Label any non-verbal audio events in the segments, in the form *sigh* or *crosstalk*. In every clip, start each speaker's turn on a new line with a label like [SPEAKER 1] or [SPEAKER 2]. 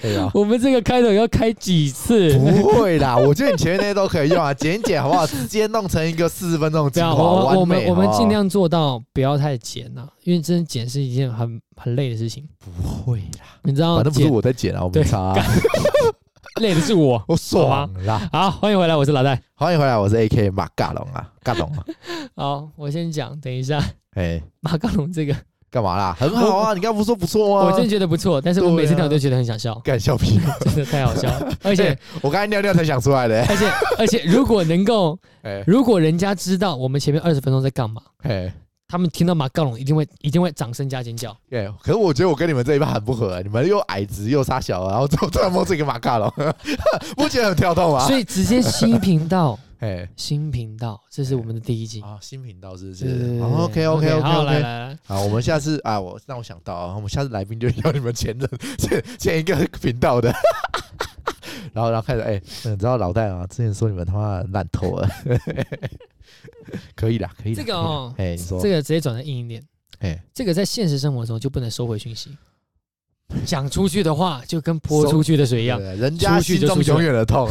[SPEAKER 1] 对啊，
[SPEAKER 2] *laughs* 我们这个开头要开几次？
[SPEAKER 1] 不会啦， *laughs* 我觉得你前面那些都可以用啊，剪剪好不好？直接弄成一个四十分钟的
[SPEAKER 2] 对
[SPEAKER 1] 精
[SPEAKER 2] 啊，
[SPEAKER 1] 华，
[SPEAKER 2] 我我
[SPEAKER 1] 完
[SPEAKER 2] 们
[SPEAKER 1] 美。
[SPEAKER 2] 我们
[SPEAKER 1] 好不好
[SPEAKER 2] 尽量做到不要太剪啊，因为真的剪是一件很很累的事情。
[SPEAKER 1] 不会啦，
[SPEAKER 2] 你知道
[SPEAKER 1] 反正不是
[SPEAKER 2] 剪
[SPEAKER 1] 我在剪啊，我
[SPEAKER 2] 对
[SPEAKER 1] 没差啊， *laughs*
[SPEAKER 2] 累的是我。
[SPEAKER 1] 我爽啦。
[SPEAKER 2] 好，啊欢迎回来，我是老戴。
[SPEAKER 1] 欢迎回来，我是 A K 马嘎龙啊，嘎龙啊， *laughs*
[SPEAKER 2] 好，我先讲，等一下
[SPEAKER 1] 哎，
[SPEAKER 2] 马卡龙这个，
[SPEAKER 1] 干嘛啦？很好啊，你刚不是说不错吗？
[SPEAKER 2] 我真的觉得不错，但是我
[SPEAKER 1] 对啊
[SPEAKER 2] 每次听我都觉得很想笑，
[SPEAKER 1] 干笑屁，
[SPEAKER 2] 真的太好笑
[SPEAKER 1] *laughs*
[SPEAKER 2] 了， *laughs* 而且
[SPEAKER 1] 我刚才尿尿才想出来
[SPEAKER 2] *laughs*
[SPEAKER 1] 的。
[SPEAKER 2] 而且而且，如果能够，
[SPEAKER 1] 哎
[SPEAKER 2] 如果人家知道我们前面二十分钟在干嘛，
[SPEAKER 1] 哎
[SPEAKER 2] 他们听到马卡龙一定会一定会掌声加尖叫。
[SPEAKER 1] 哎，可是我觉得我跟你们这一半很不合啊，你们又矮子又傻小，啊然后突突然摸这个马嘎龙， *laughs* 不觉得很跳动吗？
[SPEAKER 2] 所以直接新频道，
[SPEAKER 1] 哎，
[SPEAKER 2] 新频道，这是我们的第一集。
[SPEAKER 1] 啊，新频道是哦不
[SPEAKER 2] 对对对
[SPEAKER 1] 是
[SPEAKER 2] 对
[SPEAKER 1] ？OK OK
[SPEAKER 2] 好
[SPEAKER 1] OK
[SPEAKER 2] 来
[SPEAKER 1] OK，
[SPEAKER 2] 来来，
[SPEAKER 1] 好，我们下
[SPEAKER 2] *laughs*
[SPEAKER 1] 次啊，我让我想到啊，我们下次来宾就要你们前任 *laughs* 前前一个频道的。 *laughs* 然后，然后开始，哎、嗯你知道老戴啊？之前说你们他妈烂透了， *laughs* 可以啦，可以啦。
[SPEAKER 2] 这个哦
[SPEAKER 1] 可以啦哎、你说，
[SPEAKER 2] 这个直接转的硬一点，
[SPEAKER 1] 哎，
[SPEAKER 2] 这个在现实生活中就不能收回讯息， *laughs* 讲出去的话就跟泼出去的水一样。
[SPEAKER 1] 对人家
[SPEAKER 2] 出去
[SPEAKER 1] 心
[SPEAKER 2] 就
[SPEAKER 1] 中
[SPEAKER 2] 出去
[SPEAKER 1] 永远的痛。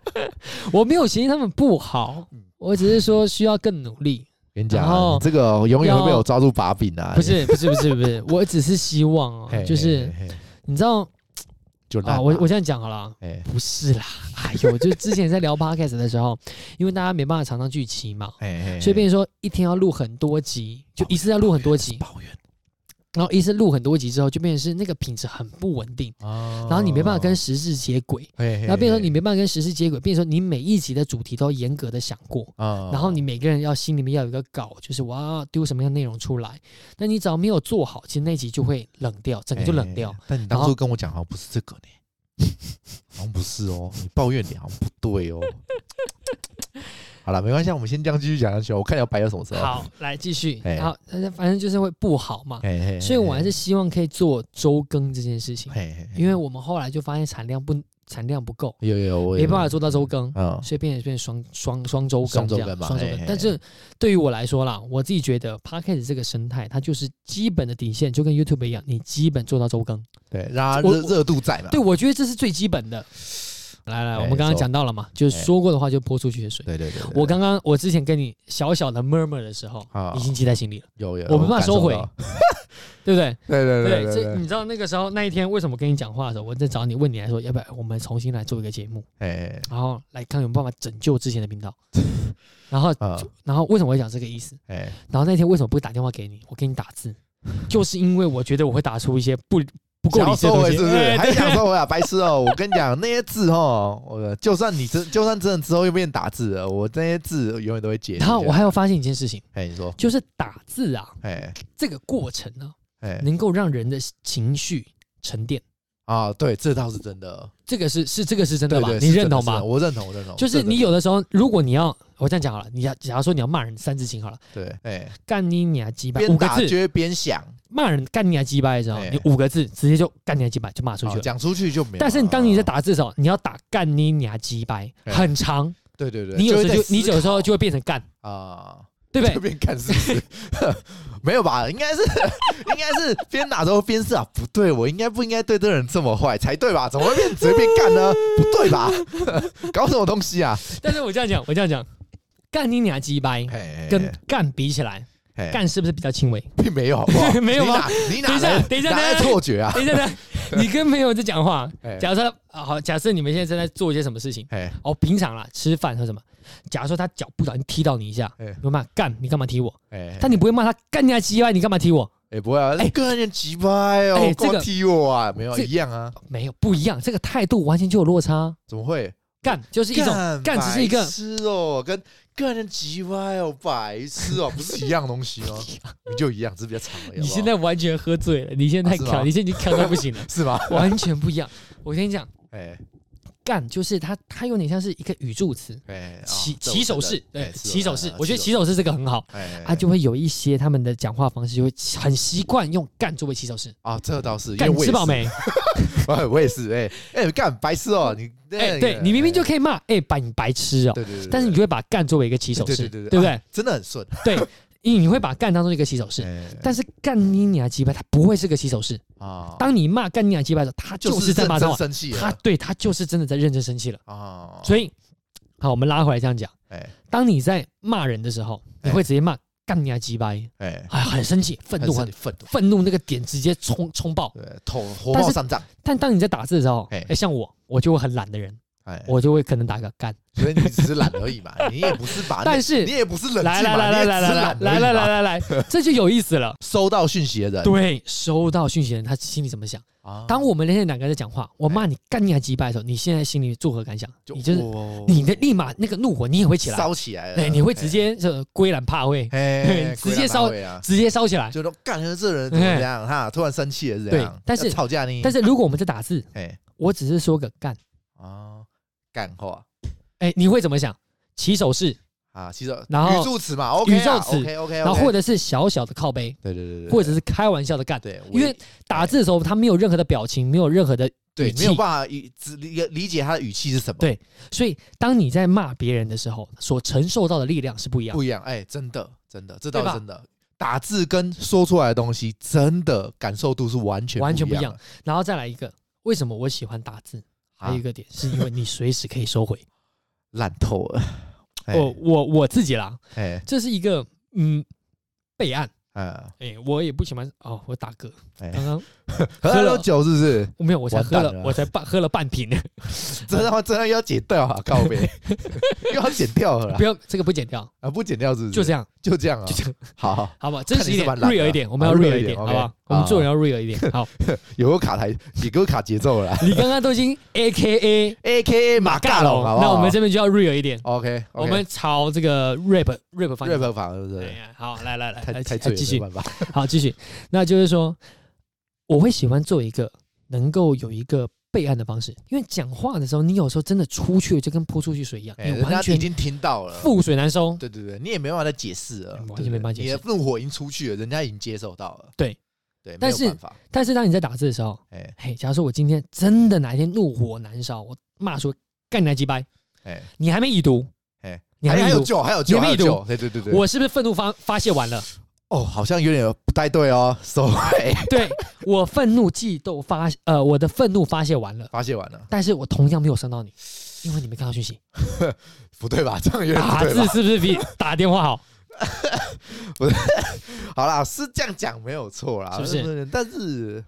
[SPEAKER 1] *laughs*
[SPEAKER 2] 我没有嫌弃他们不好，我只是说需要更努力。
[SPEAKER 1] 跟你讲
[SPEAKER 2] 然
[SPEAKER 1] 啊，
[SPEAKER 2] 后
[SPEAKER 1] 你这个永远会被
[SPEAKER 2] 要
[SPEAKER 1] 我抓住把柄啊！哎
[SPEAKER 2] 不是不是不是不 *laughs* 是，我只是希望
[SPEAKER 1] 嘿，
[SPEAKER 2] 啊，
[SPEAKER 1] 嘿
[SPEAKER 2] 就是
[SPEAKER 1] 嘿嘿
[SPEAKER 2] 你知道
[SPEAKER 1] 就烂
[SPEAKER 2] 啊，
[SPEAKER 1] 啊。
[SPEAKER 2] 我我这样讲好了啊，
[SPEAKER 1] 哎
[SPEAKER 2] 不是啦， *laughs* 哎呦，就之前在聊 podcast 的时候，因为大家没办法常常聚齐嘛，
[SPEAKER 1] 哎哎，
[SPEAKER 2] 所以变成说一天要录很多集，就一次要录很多集，
[SPEAKER 1] 抱怨
[SPEAKER 2] 然后一次录很多集之后，就变成是那个品质很不稳定，
[SPEAKER 1] 啊
[SPEAKER 2] 然后你没办法跟，时事接轨，
[SPEAKER 1] 然
[SPEAKER 2] 然后变成说你没办法跟时事接轨，变成说你每一集的主题都要严格的想过。
[SPEAKER 1] 啊
[SPEAKER 2] 然后你每个人要心里面要有一个稿，就是我要丢什么样的内容出来。那你只要没有做好，其实那集就会冷掉，整个就冷掉
[SPEAKER 1] 欸。但你
[SPEAKER 2] 然
[SPEAKER 1] 当
[SPEAKER 2] 后
[SPEAKER 1] 初跟我讲好像不是这个呢， *laughs* 好像不是哦，你抱怨你好像不对
[SPEAKER 2] *laughs*
[SPEAKER 1] 哦。好了，没关系，我们先这样继续讲下去哦。我看你要白到什么时候？
[SPEAKER 2] 好，来继续。
[SPEAKER 1] 哎
[SPEAKER 2] 好，反正就是会不好嘛。
[SPEAKER 1] 嘿，嘿嘿
[SPEAKER 2] 所以我还是希望可以做周更这件事情，
[SPEAKER 1] 嘿嘿嘿
[SPEAKER 2] 因为我们后来就发现产量不产量不够，
[SPEAKER 1] 有有我
[SPEAKER 2] 没办法做到周更，
[SPEAKER 1] 嗯
[SPEAKER 2] 所以变成变成双双双周更
[SPEAKER 1] 双
[SPEAKER 2] 这
[SPEAKER 1] 周
[SPEAKER 2] 样，
[SPEAKER 1] 更嘛
[SPEAKER 2] 双周
[SPEAKER 1] 嘿
[SPEAKER 2] 更
[SPEAKER 1] 嘿。
[SPEAKER 2] 但是对于我来说啦，我自己觉得 p a c k a g e 这个生态，它就是基本的底线，就跟 YouTube 一样，你基本做到周更。
[SPEAKER 1] 对，让它
[SPEAKER 2] 我
[SPEAKER 1] 热
[SPEAKER 2] 我
[SPEAKER 1] 热度在嘛。
[SPEAKER 2] 对，我觉得这是最基本的。来来，
[SPEAKER 1] 啊哎
[SPEAKER 2] 我们刚刚
[SPEAKER 1] 说
[SPEAKER 2] 讲到了嘛，就是
[SPEAKER 1] 哎
[SPEAKER 2] 说过的话就泼出去的水。
[SPEAKER 1] 对对对，对
[SPEAKER 2] 我刚刚我之前跟你小小的 murmur 的时候
[SPEAKER 1] 啊，
[SPEAKER 2] 已经记在心里了，
[SPEAKER 1] 有有，
[SPEAKER 2] 我没办法
[SPEAKER 1] 感受
[SPEAKER 2] 收回
[SPEAKER 1] 到
[SPEAKER 2] 对不对？
[SPEAKER 1] 对对对
[SPEAKER 2] 这
[SPEAKER 1] 对
[SPEAKER 2] 你，知道那个时候那一天为什么跟你讲话的时候，我在找你问你来说，要不要我们重新来做一个节目，
[SPEAKER 1] 哎，
[SPEAKER 2] 然后来看有没有办法拯救之前的频道。然后，
[SPEAKER 1] 啊
[SPEAKER 2] 然后为什么我会讲这个意思？
[SPEAKER 1] 哎，
[SPEAKER 2] 然后那天为什么不打电话给你？我给你打
[SPEAKER 1] *laughs*
[SPEAKER 2] 字，就是因为我觉得我会打出一些不不够
[SPEAKER 1] 想
[SPEAKER 2] 理
[SPEAKER 1] 要
[SPEAKER 2] 智的
[SPEAKER 1] 收
[SPEAKER 2] 东
[SPEAKER 1] 回
[SPEAKER 2] 西。
[SPEAKER 1] 是不是？
[SPEAKER 2] 哎
[SPEAKER 1] 还想收回啊？白痴哦！我跟你讲，那些字哦，我就算你真，就算真的之后又变打字了，我那些字永远都
[SPEAKER 2] *laughs*
[SPEAKER 1] 会解。
[SPEAKER 2] 然后我
[SPEAKER 1] 还，
[SPEAKER 2] 还有发现一件事情，
[SPEAKER 1] 哎，你说，
[SPEAKER 2] 就是打字啊，
[SPEAKER 1] 哎
[SPEAKER 2] 这个过程呢、
[SPEAKER 1] 哎，
[SPEAKER 2] 能够让人的情绪沉淀，
[SPEAKER 1] 啊，对，这倒是真的，
[SPEAKER 2] 这个是是这个是真的吧？
[SPEAKER 1] 对对
[SPEAKER 2] 你
[SPEAKER 1] 是
[SPEAKER 2] 认
[SPEAKER 1] 真的
[SPEAKER 2] 同
[SPEAKER 1] 是真
[SPEAKER 2] 吗
[SPEAKER 1] 的？我认同，我认同。
[SPEAKER 2] 就是
[SPEAKER 1] 这真
[SPEAKER 2] 你
[SPEAKER 1] 的
[SPEAKER 2] 有的时候，如果你要我这样讲好了，你假假如说你要骂人三字经好了，
[SPEAKER 1] 对，哎，
[SPEAKER 2] 干你娘鸡巴
[SPEAKER 1] 边
[SPEAKER 2] 五个
[SPEAKER 1] 打就
[SPEAKER 2] 字，
[SPEAKER 1] 会边想，
[SPEAKER 2] 骂人干你娘鸡巴的时候，
[SPEAKER 1] 哎
[SPEAKER 2] 你五个字直接就干你娘鸡巴就骂出
[SPEAKER 1] 好
[SPEAKER 2] 去了。
[SPEAKER 1] 啊讲出去就没有了。
[SPEAKER 2] 但是你当你
[SPEAKER 1] 啊，
[SPEAKER 2] 在打字的时候，你要打干你娘鸡巴，很长，
[SPEAKER 1] 对对对，
[SPEAKER 2] 你有时候
[SPEAKER 1] 会
[SPEAKER 2] 就
[SPEAKER 1] 在
[SPEAKER 2] 你
[SPEAKER 1] 思
[SPEAKER 2] 有时候
[SPEAKER 1] 考
[SPEAKER 2] 就会变成干，
[SPEAKER 1] 啊，
[SPEAKER 2] 对不
[SPEAKER 1] 就
[SPEAKER 2] 对？
[SPEAKER 1] 边看是不是？ *laughs* 没有吧？应该是应该是边打之后边思考，不对，我应该不应该对这个人这么坏才对吧？怎么会变随便干呢？不对吧？ *laughs* 搞什么东西啊？
[SPEAKER 2] 但是我这样讲，我这样讲，干你娘鸡巴
[SPEAKER 1] 嘿
[SPEAKER 2] 跟干比起来，
[SPEAKER 1] 嘿
[SPEAKER 2] 干是不是比较轻微？ *laughs*
[SPEAKER 1] 并没有，好不好
[SPEAKER 2] 没有吗？
[SPEAKER 1] 你哪你
[SPEAKER 2] 等
[SPEAKER 1] 哪
[SPEAKER 2] 一下
[SPEAKER 1] 来，
[SPEAKER 2] 等一下，
[SPEAKER 1] 哪来
[SPEAKER 2] 等一下
[SPEAKER 1] 错觉啊？
[SPEAKER 2] 等一下，等一下，你跟朋友在讲话，
[SPEAKER 1] 哎
[SPEAKER 2] 假设啊好，假设你们现在正在做一些什么事情，
[SPEAKER 1] 哎
[SPEAKER 2] 哦，平常啦，吃饭和什么，假如说他脚不小心踢到你一下，
[SPEAKER 1] 哎
[SPEAKER 2] 你会骂干，你干嘛踢我？
[SPEAKER 1] 哎，
[SPEAKER 2] 但你不会骂他干你家鸡巴，你干嘛踢我？
[SPEAKER 1] 哎不会啊，哎，个人急掰哦
[SPEAKER 2] 哎，这
[SPEAKER 1] 光
[SPEAKER 2] 个
[SPEAKER 1] 踢我啊，没有
[SPEAKER 2] 这
[SPEAKER 1] 一样啊，
[SPEAKER 2] 没有不一样，这个态度完全就有落差。
[SPEAKER 1] 怎么会？
[SPEAKER 2] 干就是一种干，只是一
[SPEAKER 1] 白
[SPEAKER 2] 个
[SPEAKER 1] 痴哦，跟个人急歪哦，白痴
[SPEAKER 2] *laughs*
[SPEAKER 1] 哦，不是一样东西吗？你就一样，只是比较长而已。好不
[SPEAKER 2] 你
[SPEAKER 1] 好
[SPEAKER 2] 现在完全喝醉了，你现在
[SPEAKER 1] 啊是吗
[SPEAKER 2] 扛，你现在已经扛到
[SPEAKER 1] *laughs*
[SPEAKER 2] 不行了，
[SPEAKER 1] 是吗？
[SPEAKER 2] 完全不一样。我跟你讲，
[SPEAKER 1] 哎
[SPEAKER 2] 干就是它，它有点像是一个语助词，
[SPEAKER 1] 哎，
[SPEAKER 2] 起
[SPEAKER 1] 哦
[SPEAKER 2] 起手式，对，起手式，我觉得起，
[SPEAKER 1] 这
[SPEAKER 2] 手式这个很好。
[SPEAKER 1] 我哎哎哎，
[SPEAKER 2] 啊，就会有一些他们的讲话方式就会很习惯用“干”作为起手式。
[SPEAKER 1] 啊，这倒是，因为
[SPEAKER 2] 干，
[SPEAKER 1] 我
[SPEAKER 2] 吃
[SPEAKER 1] 也
[SPEAKER 2] 饱
[SPEAKER 1] 是，
[SPEAKER 2] 没？
[SPEAKER 1] 我我也是， *laughs* 哎哎，干白痴哦，你
[SPEAKER 2] 哎、
[SPEAKER 1] 那
[SPEAKER 2] 对
[SPEAKER 1] 个
[SPEAKER 2] 你明明就
[SPEAKER 1] 哎
[SPEAKER 2] 可以骂，哎、把你白痴哦、
[SPEAKER 1] 对对对，对
[SPEAKER 2] 但是你就会把“干”作为不对？
[SPEAKER 1] 对对对对
[SPEAKER 2] 对不
[SPEAKER 1] 啊
[SPEAKER 2] 对？
[SPEAKER 1] 真的很顺，
[SPEAKER 2] 对，你你会把干当做一个起手式，
[SPEAKER 1] 哎
[SPEAKER 2] 但是干你娘鸡巴，它不会是个起手式。
[SPEAKER 1] 啊，
[SPEAKER 2] 当你骂干你娘鸡巴的时候，他
[SPEAKER 1] 就
[SPEAKER 2] 就是在骂
[SPEAKER 1] 认真
[SPEAKER 2] 脏话，
[SPEAKER 1] 生气
[SPEAKER 2] 他
[SPEAKER 1] 了
[SPEAKER 2] 对他就是真的在认真生气了。
[SPEAKER 1] 啊，
[SPEAKER 2] 所
[SPEAKER 1] 以
[SPEAKER 2] 以，好，我们拉回来这样讲，
[SPEAKER 1] 哎
[SPEAKER 2] 当你在骂人的时候，你
[SPEAKER 1] 哎
[SPEAKER 2] 会直接骂干你娘鸡巴，哎，
[SPEAKER 1] 哎，
[SPEAKER 2] 很生气，愤怒，
[SPEAKER 1] 还是
[SPEAKER 2] 很
[SPEAKER 1] 你愤怒，
[SPEAKER 2] 愤怒，那个点直接冲冲爆。
[SPEAKER 1] 对，头火
[SPEAKER 2] 但
[SPEAKER 1] 冒
[SPEAKER 2] 是
[SPEAKER 1] 三丈，
[SPEAKER 2] 但当你在打字的时候，
[SPEAKER 1] 哎
[SPEAKER 2] 哎，像我，我就会很懒的人，
[SPEAKER 1] 哎，
[SPEAKER 2] 我就会可能打个干。
[SPEAKER 1] 所以你只是懒而
[SPEAKER 2] *laughs*
[SPEAKER 1] 已嘛，你也不是把那，
[SPEAKER 2] 但是
[SPEAKER 1] 啊你也不是冷静嘛，
[SPEAKER 2] 来来来来来来来来来来
[SPEAKER 1] 来，
[SPEAKER 2] 来来，
[SPEAKER 1] *laughs*
[SPEAKER 2] 这就有意思了。
[SPEAKER 1] 收到讯息的人，
[SPEAKER 2] 对，收到讯息的人，他心里怎么想？
[SPEAKER 1] 啊，
[SPEAKER 2] 当我们那天两个在讲话，我骂你干你娘鸡巴的时候，你现在心里作何感想？你就是
[SPEAKER 1] 是
[SPEAKER 2] 你的立马那个怒火，你也会起来，哎
[SPEAKER 1] 烧起来了，
[SPEAKER 2] 对，你会直接这归然怕会，
[SPEAKER 1] 哎，
[SPEAKER 2] 直接烧
[SPEAKER 1] 鬼打马尾啊，
[SPEAKER 2] 直接烧起来。
[SPEAKER 1] 就说干，这人怎么这样哈，突然生气了是这样
[SPEAKER 2] 对，但是
[SPEAKER 1] 要吵架呢，
[SPEAKER 2] 但是如果我们在打字，
[SPEAKER 1] 哎
[SPEAKER 2] 我只是说个干，
[SPEAKER 1] 啊，干话
[SPEAKER 2] 哎，你会怎么想？起手式，
[SPEAKER 1] 啊，其实
[SPEAKER 2] 然后
[SPEAKER 1] 语助词嘛，OK 啊
[SPEAKER 2] 语助词
[SPEAKER 1] OK OK，
[SPEAKER 2] 然后或者是小小的靠背，
[SPEAKER 1] 对对对对，
[SPEAKER 2] 或者是开玩笑的干。
[SPEAKER 1] 对，我
[SPEAKER 2] 因为打字的时候，他没有任何的表情，没有任何的
[SPEAKER 1] 对
[SPEAKER 2] 语气
[SPEAKER 1] 没有办法理理理解他的语气是什么，
[SPEAKER 2] 对所以，当你在骂别人的时候，所承受到的力量是不一样的。
[SPEAKER 1] 不一样，哎，真的真的，这倒
[SPEAKER 2] 对吧
[SPEAKER 1] 是真的。打字跟说出来的东西，真的感受度是完全
[SPEAKER 2] 完全
[SPEAKER 1] 不
[SPEAKER 2] 不一
[SPEAKER 1] 样
[SPEAKER 2] 样
[SPEAKER 1] 的。
[SPEAKER 2] 然后再来一个，为什么我喜欢打字？
[SPEAKER 1] 啊
[SPEAKER 2] 还有一个点，是因为你随时可以
[SPEAKER 1] *laughs*
[SPEAKER 2] 收回。
[SPEAKER 1] 烂透了。
[SPEAKER 2] 我我我自己啦，
[SPEAKER 1] 哎
[SPEAKER 2] 这是一个嗯备案。
[SPEAKER 1] 哎
[SPEAKER 2] 哎、我也不喜欢哦，我打嗝，
[SPEAKER 1] 哎
[SPEAKER 2] 刚，刚
[SPEAKER 1] 喝
[SPEAKER 2] 呃喝了
[SPEAKER 1] 了酒是不是？
[SPEAKER 2] 我没有，我才喝
[SPEAKER 1] 完蛋
[SPEAKER 2] 了，
[SPEAKER 1] 了
[SPEAKER 2] 我才半喝了
[SPEAKER 1] *laughs*
[SPEAKER 2] 半瓶，
[SPEAKER 1] 真的真的要剪掉啊，告别
[SPEAKER 2] *laughs*
[SPEAKER 1] 又要剪掉了啦
[SPEAKER 2] 不要这个不剪掉，
[SPEAKER 1] 啊！不剪掉是不是？
[SPEAKER 2] 就这
[SPEAKER 1] 样，
[SPEAKER 2] 样，
[SPEAKER 1] 就这样啊
[SPEAKER 2] 就。这样，
[SPEAKER 1] 好，
[SPEAKER 2] 好不好？真实一点
[SPEAKER 1] 看你是蛮懒的啊
[SPEAKER 2] ，real 一点，我们要
[SPEAKER 1] 啊
[SPEAKER 2] real
[SPEAKER 1] real
[SPEAKER 2] 一
[SPEAKER 1] 一
[SPEAKER 2] 点，
[SPEAKER 1] 点
[SPEAKER 2] 好
[SPEAKER 1] ，OK 啊
[SPEAKER 2] 不好？我们
[SPEAKER 1] 好
[SPEAKER 2] 做人要 real 一点。好， *laughs*
[SPEAKER 1] 有个卡台，也给我卡节奏了啦。
[SPEAKER 2] 你刚刚都已经 A K A
[SPEAKER 1] A K A 马
[SPEAKER 2] 尬
[SPEAKER 1] 尬龙，好不好？
[SPEAKER 2] 那我们这边就要 real 一点，
[SPEAKER 1] OK，
[SPEAKER 2] 我们朝这个 rap rap 方向。
[SPEAKER 1] 日本房是不
[SPEAKER 2] 哎
[SPEAKER 1] 是？
[SPEAKER 2] 呀好，来来来，
[SPEAKER 1] 太
[SPEAKER 2] 来
[SPEAKER 1] 太
[SPEAKER 2] 来
[SPEAKER 1] 醉了，
[SPEAKER 2] 继续
[SPEAKER 1] 没，办法。
[SPEAKER 2] 好继续。那就是说，我会喜欢做一个能够有一个备案的方式，因为讲话的时候，你有时候真的出去就跟泼出去水一样，
[SPEAKER 1] 哎，
[SPEAKER 2] 你
[SPEAKER 1] 人家
[SPEAKER 2] 完
[SPEAKER 1] 已
[SPEAKER 2] 全
[SPEAKER 1] 经听到了。
[SPEAKER 2] 覆水难收。
[SPEAKER 1] 对对对，你也没办法再解释了，
[SPEAKER 2] 嗯完
[SPEAKER 1] 对
[SPEAKER 2] 全
[SPEAKER 1] 不对
[SPEAKER 2] 没办法解
[SPEAKER 1] 你的
[SPEAKER 2] 释
[SPEAKER 1] 怒火已经出去了，人家已经接受到了。
[SPEAKER 2] 对
[SPEAKER 1] 对，
[SPEAKER 2] 但
[SPEAKER 1] 没有
[SPEAKER 2] 是
[SPEAKER 1] 办法，
[SPEAKER 2] 但是当你在打字的时候，
[SPEAKER 1] 哎
[SPEAKER 2] 嘿，假如说我今天真的哪一天怒火难烧，我骂说干你来鸡掰，
[SPEAKER 1] 哎
[SPEAKER 2] 你还没已读，
[SPEAKER 1] 哎，
[SPEAKER 2] 你还
[SPEAKER 1] 还
[SPEAKER 2] 没已
[SPEAKER 1] 有
[SPEAKER 2] 读，
[SPEAKER 1] 救，还有
[SPEAKER 2] 你
[SPEAKER 1] 救，
[SPEAKER 2] 还
[SPEAKER 1] 还
[SPEAKER 2] 没
[SPEAKER 1] 有
[SPEAKER 2] 读
[SPEAKER 1] 救。对对对对，
[SPEAKER 2] 我是不是愤怒发发泄完了？ *laughs*
[SPEAKER 1] 哦，好像有点不太对哦，收回，
[SPEAKER 2] 对我愤怒既都发呃，我的愤怒发泄完了，
[SPEAKER 1] 发泄完了，
[SPEAKER 2] 但是我同样没有伤到你，因为你没看到讯息。
[SPEAKER 1] 不对吧？这样有点不 *laughs*
[SPEAKER 2] 打
[SPEAKER 1] 对
[SPEAKER 2] 字
[SPEAKER 1] 吧？
[SPEAKER 2] 是不
[SPEAKER 1] *laughs*
[SPEAKER 2] 是比打电话好？
[SPEAKER 1] 好啦，是这样讲没有错啦，
[SPEAKER 2] 是不是？嗯
[SPEAKER 1] 但是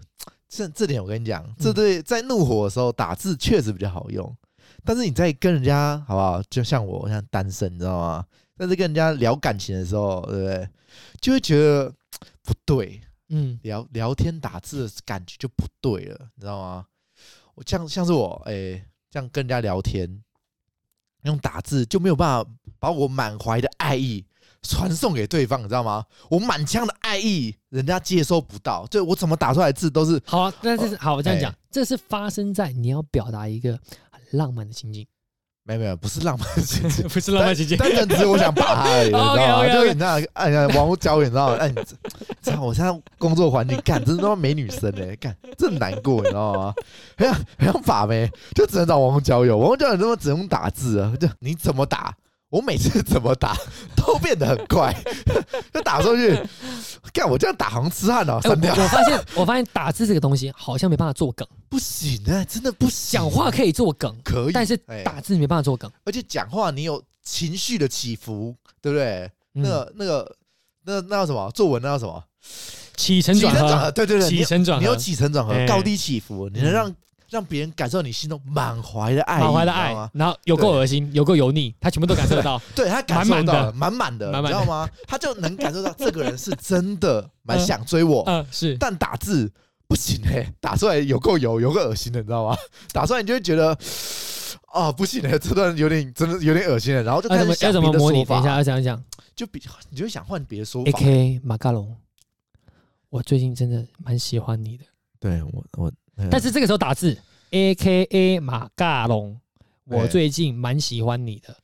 [SPEAKER 1] 这这点我跟你讲，这对在怒火的时候打字确实比较好用，但是你在跟人家好不好？就像我像单身，你知道吗？但是跟人家聊感情的时候，对不对？就会觉得不对，
[SPEAKER 2] 嗯，
[SPEAKER 1] 聊聊天打字的感觉就不对了，你知道吗？我像像是我哎、这样跟人家聊天，用打字就没有办法把我满怀的爱意传送给对方，你知道吗？我满腔的爱意，人家接收不到，就我怎么打出来的字都是
[SPEAKER 2] 好啊，那这是好，我这样
[SPEAKER 1] 哎
[SPEAKER 2] 讲，这是发生在你要表达一个很浪漫的
[SPEAKER 1] *laughs*
[SPEAKER 2] 情境，。
[SPEAKER 1] 没有没有，不是浪漫的情节
[SPEAKER 2] 不是
[SPEAKER 1] 浪漫
[SPEAKER 2] 情境
[SPEAKER 1] *laughs* 单纯只是我想把他
[SPEAKER 2] *laughs*
[SPEAKER 1] 而已，你知道吗？
[SPEAKER 2] OK，OK，OK
[SPEAKER 1] 就是你知道，哎呀，网络交友，你知道吗？哎，你这这样我现在工作环境，干，真的他妈没女生嘞， *laughs* 干，真的难过，你知道吗？ *laughs* 很想很想把呗，就只能找网络交友，网络交友他妈只能打字啊，就你怎么打？我每次怎么打 *laughs* 都变得很快， *laughs* 就打出去，干我这样打好像痴汉哦，
[SPEAKER 2] 哎我
[SPEAKER 1] 删掉
[SPEAKER 2] 我发现， *laughs* 我发现打字这个东西好像没办法做梗，
[SPEAKER 1] 不行啊，真的不行
[SPEAKER 2] 讲话可以做梗，
[SPEAKER 1] 可以，
[SPEAKER 2] 但是
[SPEAKER 1] 哎
[SPEAKER 2] 打字没办法做梗。
[SPEAKER 1] 而且讲话你有情绪的起伏，对不对？
[SPEAKER 2] 嗯
[SPEAKER 1] 那个那个那那叫什么？作文那叫什么？
[SPEAKER 2] 起承
[SPEAKER 1] 起
[SPEAKER 2] 转
[SPEAKER 1] 承转合，
[SPEAKER 2] 合，
[SPEAKER 1] 对对对，你
[SPEAKER 2] 起承转
[SPEAKER 1] 你有
[SPEAKER 2] 合，
[SPEAKER 1] 起承转合
[SPEAKER 2] 哎，
[SPEAKER 1] 高低起伏，你能让让别人感受你心中满怀的爱意，
[SPEAKER 2] 满怀的
[SPEAKER 1] 你知道
[SPEAKER 2] 爱
[SPEAKER 1] 吗，
[SPEAKER 2] 然后有够
[SPEAKER 1] 对
[SPEAKER 2] 恶心，有够油腻，他全部都感受得到。
[SPEAKER 1] *laughs* 对他感受
[SPEAKER 2] 满满
[SPEAKER 1] 到
[SPEAKER 2] 的
[SPEAKER 1] 了，满满的，
[SPEAKER 2] 满
[SPEAKER 1] 你
[SPEAKER 2] 满
[SPEAKER 1] 知道
[SPEAKER 2] 的
[SPEAKER 1] 吗？他就能感受到这个人是真
[SPEAKER 2] *laughs*
[SPEAKER 1] 的蛮
[SPEAKER 2] 嗯
[SPEAKER 1] 想追我，
[SPEAKER 2] 嗯，是
[SPEAKER 1] 但打字不行哎、打出来有够油，有够恶心的，你知道吗？ *laughs* 打出来你就会觉得。啊，不行了，这段有点真的有点恶心了，然后就
[SPEAKER 2] 要
[SPEAKER 1] 开
[SPEAKER 2] 怎
[SPEAKER 1] 始
[SPEAKER 2] 么
[SPEAKER 1] 想
[SPEAKER 2] 要怎
[SPEAKER 1] 别
[SPEAKER 2] 么
[SPEAKER 1] 的
[SPEAKER 2] 模拟？
[SPEAKER 1] 说
[SPEAKER 2] 等一下
[SPEAKER 1] 法，
[SPEAKER 2] 要讲一讲。
[SPEAKER 1] 就比你就会想换别的说
[SPEAKER 2] A
[SPEAKER 1] 法。
[SPEAKER 2] K 马卡龙，我最近真的蛮喜欢你的，
[SPEAKER 1] 嗯对我我，
[SPEAKER 2] 但是这个时候打字 A K A 马卡龙，我
[SPEAKER 1] 哎
[SPEAKER 2] 最近蛮喜欢你的，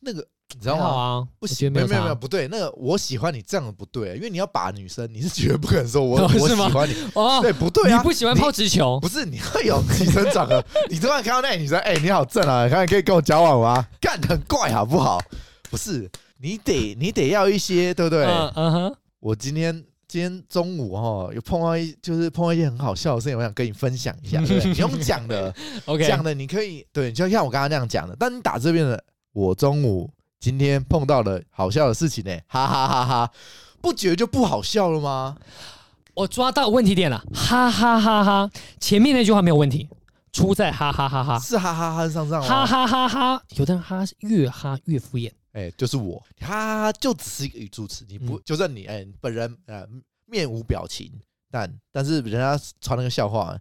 [SPEAKER 1] 那个你知
[SPEAKER 2] 还
[SPEAKER 1] 道
[SPEAKER 2] 好
[SPEAKER 1] 吗？
[SPEAKER 2] 啊，
[SPEAKER 1] 不
[SPEAKER 2] 我
[SPEAKER 1] 行，
[SPEAKER 2] 觉得
[SPEAKER 1] 没有没有没有
[SPEAKER 2] 差。
[SPEAKER 1] 不对，那个我喜欢你这样的不对，因为你要把女生，你是绝对不可能说我
[SPEAKER 2] *laughs* 哦
[SPEAKER 1] 我
[SPEAKER 2] 是
[SPEAKER 1] 喜
[SPEAKER 2] 吗
[SPEAKER 1] 欢你，
[SPEAKER 2] 哦，
[SPEAKER 1] 对不对
[SPEAKER 2] 你
[SPEAKER 1] 啊？
[SPEAKER 2] 不喜欢
[SPEAKER 1] 你
[SPEAKER 2] 抛直球
[SPEAKER 1] 不是你会有起承转
[SPEAKER 2] *laughs*
[SPEAKER 1] 合，你突然看到那个女生，哎、你好正啊，看你可以跟我交往吗？干得很怪好不好？不是，你得你得要一些，对不对？
[SPEAKER 2] 嗯嗯哼，
[SPEAKER 1] 我今天今天中午哦，有碰到一就是碰到一些很好笑的事情，我想跟你分享一下，对不
[SPEAKER 2] *laughs*
[SPEAKER 1] 对？你用讲的，
[SPEAKER 2] OK，
[SPEAKER 1] 讲的你可以对，你就像我刚刚那样讲的，但你打这边的，我中午今天碰到了好笑的事情呢、哈哈哈哈，不觉得就不好笑了吗？
[SPEAKER 2] 我抓到问题点了，哈哈哈哈！前面那句话没有问题，出在哈哈哈哈，
[SPEAKER 1] 是啊哈哈哈上上吗？
[SPEAKER 2] 哈哈哈哈！有的人哈是越哈越敷衍，
[SPEAKER 1] 哎、就是我，他就只是一个语助词，你不、
[SPEAKER 2] 嗯
[SPEAKER 1] 就算你哎、你本人呃面无表情，但但是人家传了个笑话，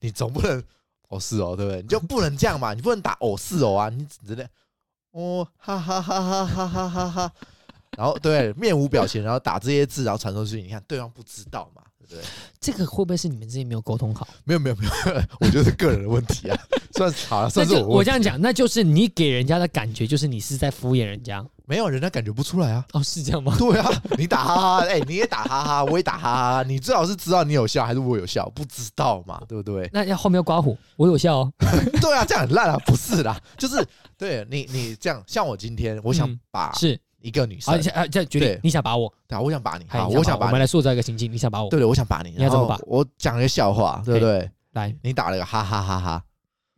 [SPEAKER 1] 你总不能哦是哦，对不 *laughs* 对？你就不能这样嘛，你不能打哦是哦啊，你只能哦哈哈哈哈哈哈哈哈，然后对面无表情，然后打这些字，然后传出去，你看对方不知道嘛，对不对？
[SPEAKER 2] 这个会不会是你们之间没有沟通好？
[SPEAKER 1] 没有没有没有，我觉得是个人的问题啊， *laughs* 算好了，
[SPEAKER 2] 那
[SPEAKER 1] 算是
[SPEAKER 2] 就
[SPEAKER 1] 我
[SPEAKER 2] 我
[SPEAKER 1] 问啊
[SPEAKER 2] 这样讲，那就是你给人家的感觉就是你是在敷衍人家
[SPEAKER 1] 没有人家感觉不出来啊。
[SPEAKER 2] 哦，是这样吗？？
[SPEAKER 1] *laughs* 对啊，你打哈哈，哎、你也打哈哈，我也打哈哈，你最好是知道你有效还是我有效，不知道嘛，对不对
[SPEAKER 2] *laughs* 那要后面要刮胡，我有笑哦，
[SPEAKER 1] 对啊，这样很烂啊，不是啦，就是对你你这样，像我今天我想
[SPEAKER 2] 嗯
[SPEAKER 1] 把
[SPEAKER 2] 是
[SPEAKER 1] 一个女生，
[SPEAKER 2] 好，你想啊，这样决定
[SPEAKER 1] 对
[SPEAKER 2] 你想把我，
[SPEAKER 1] 对啊，我想把你，
[SPEAKER 2] 嗨
[SPEAKER 1] 好，
[SPEAKER 2] 你
[SPEAKER 1] 我想
[SPEAKER 2] 我，
[SPEAKER 1] 把
[SPEAKER 2] 们
[SPEAKER 1] 你，
[SPEAKER 2] 来塑造一个情境，你想把我，
[SPEAKER 1] 对对，我想把你，
[SPEAKER 2] 你要怎么
[SPEAKER 1] 然后我讲一个笑话，对不对？
[SPEAKER 2] 来，
[SPEAKER 1] 你打了个哈哈哈哈。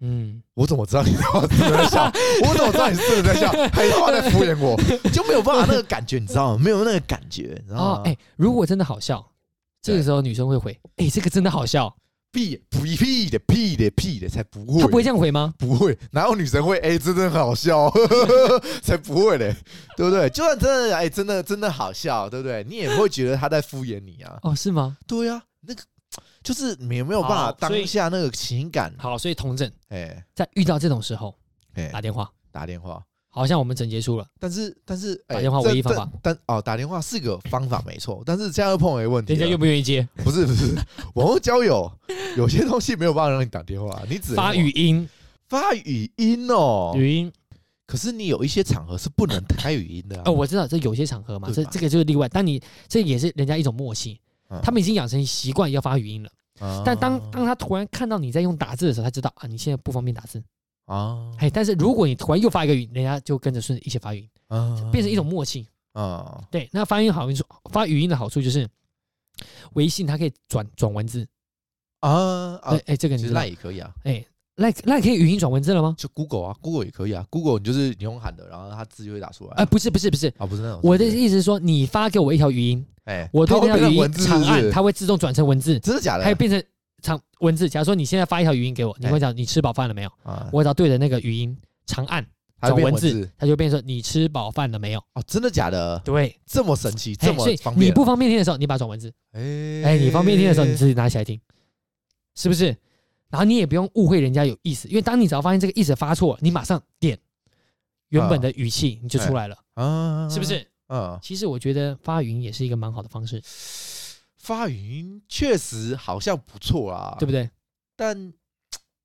[SPEAKER 2] 嗯，
[SPEAKER 1] 我怎么知道你他妈真的在笑？我怎么知道你真的在
[SPEAKER 2] *laughs*
[SPEAKER 1] 笑？还他妈在敷衍我，就没有办法那个感觉，你知道吗？没有那个感觉，你知道
[SPEAKER 2] 哦
[SPEAKER 1] 吗？，
[SPEAKER 2] 哎，如果真的好笑，这个
[SPEAKER 1] 对
[SPEAKER 2] 时候女生会回，哎，这个真的好笑，
[SPEAKER 1] 屁屁屁的屁的屁的，才不会，
[SPEAKER 2] 她不会这样回吗？
[SPEAKER 1] 不会，哪有女生会？哎、真的很好笑， *laughs* 呵呵呵呵才不会嘞，对不对？就算真的，哎、真的真的好笑，对不对？你也不会觉得他在敷衍你啊。
[SPEAKER 2] 哦，是吗？
[SPEAKER 1] 对啊，那个就是你没有办法
[SPEAKER 2] 好哦所以
[SPEAKER 1] 当下那个情感，
[SPEAKER 2] 好，所以同整。
[SPEAKER 1] 哎
[SPEAKER 2] 在遇到这种时候
[SPEAKER 1] 哎、
[SPEAKER 2] 打电话，
[SPEAKER 1] 打电话。
[SPEAKER 2] 好像我们整结束了。
[SPEAKER 1] 但是但是，哎
[SPEAKER 2] 打电话
[SPEAKER 1] 这
[SPEAKER 2] 唯一方法
[SPEAKER 1] 但但哦，打电话是个方法没错，但是这样又碰到一个问题
[SPEAKER 2] 人家愿
[SPEAKER 1] 了，
[SPEAKER 2] 不愿意接？
[SPEAKER 1] *laughs* 不是不是，网络交友有些东西没有办法让你打电话，你只能
[SPEAKER 2] 发语音，
[SPEAKER 1] 发语音哦。
[SPEAKER 2] 语音
[SPEAKER 1] 可是你有一些场合是不能开语音的啊
[SPEAKER 2] 哦，我知道这有些场合嘛，
[SPEAKER 1] 对
[SPEAKER 2] 这
[SPEAKER 1] 吧
[SPEAKER 2] 这个就是例外。但你这也是人家一种默契，
[SPEAKER 1] 嗯
[SPEAKER 2] 他们已经养成习惯要发语音了。
[SPEAKER 1] 啊
[SPEAKER 2] 但当当他突然看到你在用打字的时候，他知道啊，你现在不方便打字。
[SPEAKER 1] 啊，
[SPEAKER 2] 哎，但是如果你突然又发一个语音，人家就跟着顺着一起发语音，
[SPEAKER 1] 啊
[SPEAKER 2] 变成一种默契。
[SPEAKER 1] 啊，
[SPEAKER 2] 对，那发音好处，发语音的好处就是，微信它可以转转文字。
[SPEAKER 1] 啊啊
[SPEAKER 2] 对，，哎，这个
[SPEAKER 1] 其
[SPEAKER 2] 你知
[SPEAKER 1] 实
[SPEAKER 2] 道
[SPEAKER 1] 赖？也可以啊，
[SPEAKER 2] 哎，赖赖可以语音转文字了吗？
[SPEAKER 1] 就 Google 啊，Google 也可以啊，Google 你就是你用喊的，然后它字就会打出来
[SPEAKER 2] 哎，不是不是不是，
[SPEAKER 1] 啊，不是那种
[SPEAKER 2] 我的
[SPEAKER 1] 字
[SPEAKER 2] 意思是说，你发给我一条语音，
[SPEAKER 1] 哎，
[SPEAKER 2] 我对
[SPEAKER 1] 它会变
[SPEAKER 2] 那条
[SPEAKER 1] 成
[SPEAKER 2] 语音
[SPEAKER 1] 文字，是
[SPEAKER 2] 长
[SPEAKER 1] 不
[SPEAKER 2] 按，
[SPEAKER 1] 是？
[SPEAKER 2] 它会自动转成文字，
[SPEAKER 1] 真的假的？
[SPEAKER 2] 还有变成长文字。假如说你现在发一条语音给我，你
[SPEAKER 1] 哎
[SPEAKER 2] 跟我讲你吃饱饭了没有？
[SPEAKER 1] 啊，
[SPEAKER 2] 我只要对着那个语音长按
[SPEAKER 1] 还
[SPEAKER 2] 转
[SPEAKER 1] 会变
[SPEAKER 2] 文
[SPEAKER 1] 文
[SPEAKER 2] 字，它就会变成说你吃饱饭了没有？
[SPEAKER 1] 哦，真的假的？
[SPEAKER 2] 对，
[SPEAKER 1] 这么神奇，
[SPEAKER 2] 哎
[SPEAKER 1] 这么
[SPEAKER 2] 所以
[SPEAKER 1] 方便？
[SPEAKER 2] 你不方便听的时候，你把它转文字；哎，
[SPEAKER 1] 哎
[SPEAKER 2] 你方便听的时候，你自己拿起来听，是不是？然后你也不用误会人家有意思，因为当你只要发现这个意思发错，你马上点原本的语气，你就出来了，
[SPEAKER 1] 啊，
[SPEAKER 2] 是不？是？
[SPEAKER 1] 嗯，
[SPEAKER 2] 其实我觉得发语音也是一个蛮好的方式，
[SPEAKER 1] 发语音确实好像不错啊，
[SPEAKER 2] 对不对？
[SPEAKER 1] 但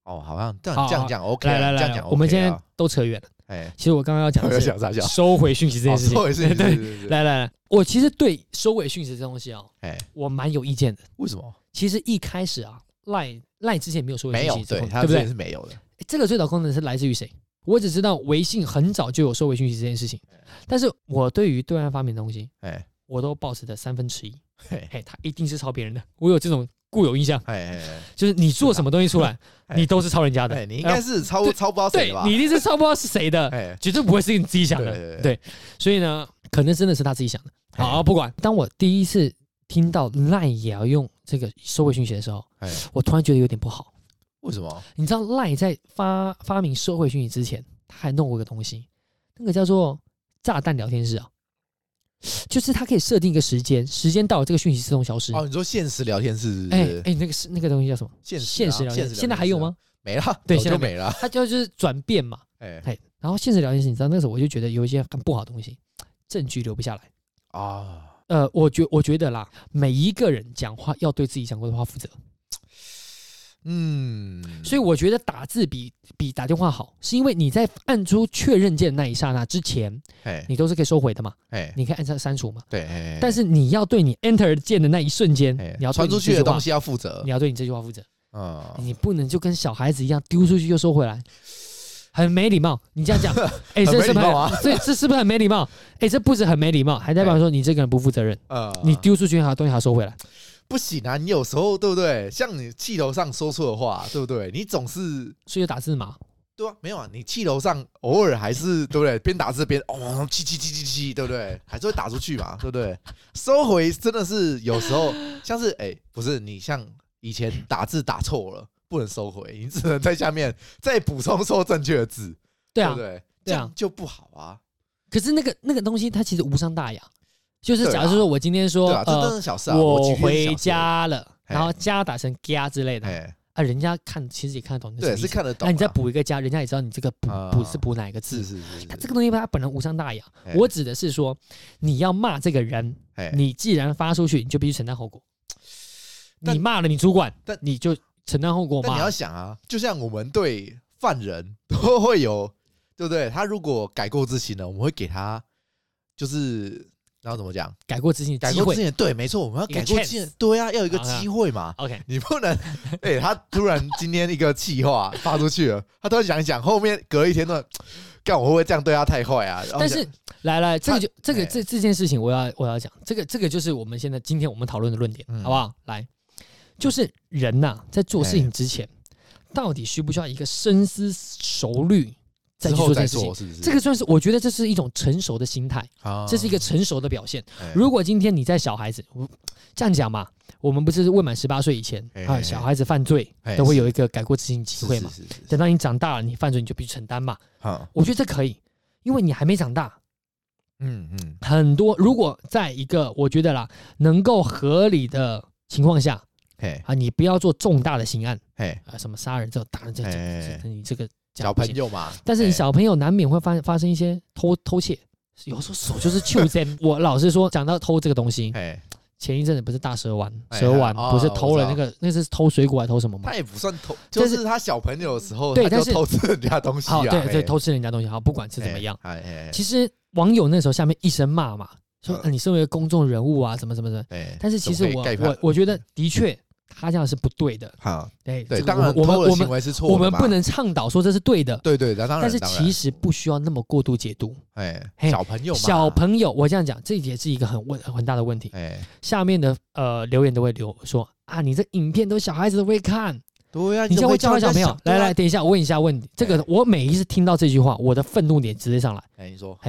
[SPEAKER 1] 哦，好像这
[SPEAKER 2] 好
[SPEAKER 1] 样
[SPEAKER 2] 好
[SPEAKER 1] 这样讲 OK，啊
[SPEAKER 2] 来来
[SPEAKER 1] 这样
[SPEAKER 2] 来，
[SPEAKER 1] 讲 OK 啊，
[SPEAKER 2] 我们今天都扯远了。
[SPEAKER 1] 哎，
[SPEAKER 2] 其实我刚刚要讲
[SPEAKER 1] *laughs* 我
[SPEAKER 2] 的
[SPEAKER 1] 要
[SPEAKER 2] 是
[SPEAKER 1] 讲啥笑？
[SPEAKER 2] 收回讯息这件事情。
[SPEAKER 1] 哦是是
[SPEAKER 2] 对，
[SPEAKER 1] 是是，
[SPEAKER 2] 来来来，我其实对收尾讯息这东西啊、
[SPEAKER 1] 哎，
[SPEAKER 2] 我蛮有意见的。
[SPEAKER 1] 为什么？
[SPEAKER 2] 其实一开始啊，赖赖之前没有收尾
[SPEAKER 1] 没
[SPEAKER 2] 讯
[SPEAKER 1] 有
[SPEAKER 2] 息，这
[SPEAKER 1] 对
[SPEAKER 2] 个功
[SPEAKER 1] 他
[SPEAKER 2] 能对不
[SPEAKER 1] 之
[SPEAKER 2] 对
[SPEAKER 1] 前？是没有的。
[SPEAKER 2] 诶这个最早功能是来自于谁？我只知道微信很早就有收尾讯息这件事情，但是我对于对岸发明的东西，
[SPEAKER 1] 哎
[SPEAKER 2] 我都抱持着三分迟疑。
[SPEAKER 1] 嘿
[SPEAKER 2] 嘿，他一定是抄别人的，我有这种固有印象，
[SPEAKER 1] 哎哎
[SPEAKER 2] 就是你做什么东西出来，
[SPEAKER 1] *laughs* 哎
[SPEAKER 2] 你都是抄人家的。
[SPEAKER 1] 哎，你应
[SPEAKER 2] 然
[SPEAKER 1] 该
[SPEAKER 2] 后
[SPEAKER 1] 是超
[SPEAKER 2] 对
[SPEAKER 1] 超不到谁
[SPEAKER 2] 对
[SPEAKER 1] 的吧？
[SPEAKER 2] 你一定是抄不知道是谁的，
[SPEAKER 1] 哎
[SPEAKER 2] 绝对不会是你自己想的。
[SPEAKER 1] 对对对
[SPEAKER 2] 对，所以呢，可能真的是他自己想的。
[SPEAKER 1] 哎
[SPEAKER 2] 好，不管。当我第一次听到赖也要用这个收回讯息的时候
[SPEAKER 1] 哎，
[SPEAKER 2] 我突然觉得有点不好。
[SPEAKER 1] 为什么？
[SPEAKER 2] 你知道赖在发发明收回讯息之前，他还弄过一个东西，那个叫做炸弹聊天室啊，就是它可以设定一个时间，时间到了这个讯息自动消失。
[SPEAKER 1] 哦，你说现实聊天室是不
[SPEAKER 2] 哎
[SPEAKER 1] 是？
[SPEAKER 2] 哎，那个是那个东西叫什么？
[SPEAKER 1] 现实啊
[SPEAKER 2] 现实聊
[SPEAKER 1] 现
[SPEAKER 2] 天
[SPEAKER 1] 实
[SPEAKER 2] 室，
[SPEAKER 1] 聊啊
[SPEAKER 2] 现在还有吗？
[SPEAKER 1] 没了，
[SPEAKER 2] 对
[SPEAKER 1] 早
[SPEAKER 2] 现在
[SPEAKER 1] 就没了。
[SPEAKER 2] 它就是转变嘛。
[SPEAKER 1] 哎
[SPEAKER 2] 哎，然后现实聊天室，你知道那个时候我就觉得有一些很不好的东西，证据留不下来。
[SPEAKER 1] 啊，
[SPEAKER 2] 呃，我觉我觉得啦，每一个人讲话要对自己讲过的话负责，
[SPEAKER 1] 嗯，
[SPEAKER 2] 所以我觉得打字比比打电话好，是因为你在按出确认键那一刹那之前，
[SPEAKER 1] 哎
[SPEAKER 2] 你都是可以收回的嘛，
[SPEAKER 1] 哎，
[SPEAKER 2] 你可以按上删除嘛。
[SPEAKER 1] 对，哎
[SPEAKER 2] 但是你要对你 Enter 键的那一瞬间
[SPEAKER 1] 哎，
[SPEAKER 2] 你要对
[SPEAKER 1] 传
[SPEAKER 2] 你
[SPEAKER 1] 出
[SPEAKER 2] 这
[SPEAKER 1] 去
[SPEAKER 2] 句
[SPEAKER 1] 的
[SPEAKER 2] 话
[SPEAKER 1] 东，西要负责
[SPEAKER 2] 你。要对你这句话负责，
[SPEAKER 1] 嗯，
[SPEAKER 2] 你不能就跟小孩子一样丢出去又收回来。很没礼貌。你
[SPEAKER 1] *laughs*
[SPEAKER 2] 这样讲，哎、这是
[SPEAKER 1] 很没
[SPEAKER 2] 不是
[SPEAKER 1] 礼貌啊
[SPEAKER 2] 很？这这是不是很没礼貌？哎、这不止很没礼貌，还代表说你这个人不负责任。
[SPEAKER 1] 呃，
[SPEAKER 2] 你丢出去，还东西还要收回来。
[SPEAKER 1] 不行啊！你有时候对不对？像你气头上说错的话，对不对？你总是
[SPEAKER 2] 所以就打字嘛，
[SPEAKER 1] 对啊，没有啊！你气头上偶尔还是对不对？边打字边哦，气气气气气，对不对？还是会打出去嘛，对不对？收回真的是有时候像是哎、不是你像以前打字打错了，不能收回，你只能在下面再补充说正确的字，
[SPEAKER 2] 对啊。
[SPEAKER 1] 不对？这
[SPEAKER 2] 对啊
[SPEAKER 1] 样就不好啊，
[SPEAKER 2] 可是那个那个东西，它其实无伤大雅。就是
[SPEAKER 1] 对啊
[SPEAKER 2] 假如说我今天说，
[SPEAKER 1] 对啊，这真的
[SPEAKER 2] 呃，
[SPEAKER 1] 是小事啊。我
[SPEAKER 2] 我
[SPEAKER 1] 举例是
[SPEAKER 2] 回
[SPEAKER 1] 小事，
[SPEAKER 2] 家了，
[SPEAKER 1] 嘿
[SPEAKER 2] 然后家打成家之类的
[SPEAKER 1] 哎，
[SPEAKER 2] 啊，人家看其实也看得懂你什
[SPEAKER 1] 对，
[SPEAKER 2] 么意
[SPEAKER 1] 是
[SPEAKER 2] 思。哎
[SPEAKER 1] 看得懂啊。
[SPEAKER 2] 那你再补一个家，人家也知道你这个补
[SPEAKER 1] 啊
[SPEAKER 2] 补是补哪一个字
[SPEAKER 1] 是，。是是是
[SPEAKER 2] 它这个东西它本来无伤大雅
[SPEAKER 1] 哎。
[SPEAKER 2] 我指的是说，你要骂这个人，
[SPEAKER 1] 哎，
[SPEAKER 2] 你既然发出去，你就必须承担后果。
[SPEAKER 1] 但
[SPEAKER 2] 你骂了你主管
[SPEAKER 1] 但，
[SPEAKER 2] 你就承担后果
[SPEAKER 1] 但你
[SPEAKER 2] 嘛
[SPEAKER 1] 要。想啊，就像我们对犯人都会有，对不对？他如果改过自新了，我们会给他就是，然后怎么讲？
[SPEAKER 2] 改过自新的
[SPEAKER 1] 改
[SPEAKER 2] 机
[SPEAKER 1] 过自
[SPEAKER 2] 会。
[SPEAKER 1] 新的，对，没错，我们要
[SPEAKER 2] 一个
[SPEAKER 1] 改过自新的
[SPEAKER 2] chance，
[SPEAKER 1] 对啊，要有一个
[SPEAKER 2] 好啊
[SPEAKER 1] 机会
[SPEAKER 2] *laughs*
[SPEAKER 1] 嘛。
[SPEAKER 2] OK，
[SPEAKER 1] 你不能，哎、他突然今天一个气话发出去了，他突然想一想，后面隔一天呢，干我会不会这样对他太坏啊？然后
[SPEAKER 2] 但
[SPEAKER 1] 想
[SPEAKER 2] 是来来，这个就这个
[SPEAKER 1] 哎
[SPEAKER 2] 这这件事情，我要我要讲，这个这个就是我们现在今天我们讨论的论点，
[SPEAKER 1] 嗯
[SPEAKER 2] 好不好？来，就是人呐、在做事情之前，到底需不需要一个深思熟虑再
[SPEAKER 1] 之
[SPEAKER 2] 去做
[SPEAKER 1] 后
[SPEAKER 2] 这
[SPEAKER 1] 再
[SPEAKER 2] 件事情
[SPEAKER 1] 说，？是不是？
[SPEAKER 2] 这个算是我觉得这是一种成熟的心态，
[SPEAKER 1] 啊
[SPEAKER 2] 这是一个成熟的表现。
[SPEAKER 1] 哎
[SPEAKER 2] 如果今天你在小孩子，我这样讲嘛，我们不是未满十八岁以前
[SPEAKER 1] 哎哎
[SPEAKER 2] 啊，
[SPEAKER 1] 哎
[SPEAKER 2] 小孩子犯罪
[SPEAKER 1] 哎
[SPEAKER 2] 都会有一个改过自新
[SPEAKER 1] 是
[SPEAKER 2] 机会嘛。
[SPEAKER 1] 是是是是
[SPEAKER 2] 等到你长大了，你犯罪你就必须承担嘛。
[SPEAKER 1] 好，
[SPEAKER 2] 我觉得这可以，因为你还没长大，
[SPEAKER 1] 嗯嗯，
[SPEAKER 2] 很多如果在一个我觉得啦能够合理的情况下
[SPEAKER 1] 嘿
[SPEAKER 2] 啊，你不要做重大的刑案
[SPEAKER 1] 嘿，
[SPEAKER 2] 啊，什么杀人这种打人这种，
[SPEAKER 1] 哎
[SPEAKER 2] 这这你这个这样
[SPEAKER 1] 小
[SPEAKER 2] 不
[SPEAKER 1] 朋
[SPEAKER 2] 行。
[SPEAKER 1] 友嘛，
[SPEAKER 2] 但是
[SPEAKER 1] 哎
[SPEAKER 2] 你小朋友难免会发发生一些偷偷窃，有时候手就是袖
[SPEAKER 1] *laughs*
[SPEAKER 2] 珍。我老实说，讲到偷这个东西，
[SPEAKER 1] 哎，
[SPEAKER 2] 前一阵子不是大蛇丸，
[SPEAKER 1] 哎
[SPEAKER 2] 蛇丸
[SPEAKER 1] 哦
[SPEAKER 2] 不是偷了
[SPEAKER 1] 我
[SPEAKER 2] 那
[SPEAKER 1] 知道哎
[SPEAKER 2] 个，那是偷水果还偷什么吗
[SPEAKER 1] 他？也不算偷，就
[SPEAKER 2] 嗯但是
[SPEAKER 1] 是他小朋友的时候，
[SPEAKER 2] 对
[SPEAKER 1] 他
[SPEAKER 2] 但
[SPEAKER 1] 就是偷吃人家东西啊
[SPEAKER 2] 好，，对
[SPEAKER 1] 哎
[SPEAKER 2] 对，偷吃人家东西，好，不管是怎么样，，
[SPEAKER 1] 哎哎哎
[SPEAKER 2] 其实网友那时候下面一声骂嘛，说
[SPEAKER 1] 嗯
[SPEAKER 2] 呃你身为一个公众人物啊，怎么怎么怎么。
[SPEAKER 1] 哎，
[SPEAKER 2] 但是其实
[SPEAKER 1] 怎么
[SPEAKER 2] 我
[SPEAKER 1] 可以盖
[SPEAKER 2] 我
[SPEAKER 1] 饭
[SPEAKER 2] 我觉得的确他这样是不对的，
[SPEAKER 1] 好，
[SPEAKER 2] 哎，
[SPEAKER 1] 对，
[SPEAKER 2] 这个
[SPEAKER 1] 当然
[SPEAKER 2] 我们
[SPEAKER 1] 偷的
[SPEAKER 2] 我
[SPEAKER 1] 行
[SPEAKER 2] 们
[SPEAKER 1] 为是错的
[SPEAKER 2] 我们
[SPEAKER 1] 嘛
[SPEAKER 2] 不，能倡导说这是对的，
[SPEAKER 1] 对对，当然，
[SPEAKER 2] 但是
[SPEAKER 1] 当然
[SPEAKER 2] 其实不需要那么过度解读。
[SPEAKER 1] 哎，
[SPEAKER 2] 嘿
[SPEAKER 1] 小朋友嘛，
[SPEAKER 2] 小朋友，我这样讲，这也是一个很问很大的问题。
[SPEAKER 1] 哎，
[SPEAKER 2] 下面的呃留言都会留说啊，你这影片都小孩子都会看，
[SPEAKER 1] 对啊呀，
[SPEAKER 2] 你这样会教坏小朋友。来来，，
[SPEAKER 1] 对啊
[SPEAKER 2] 等一下，我问一下问题，这个我每一次听到这句话，我的愤怒点直接上来。
[SPEAKER 1] 哎，你说，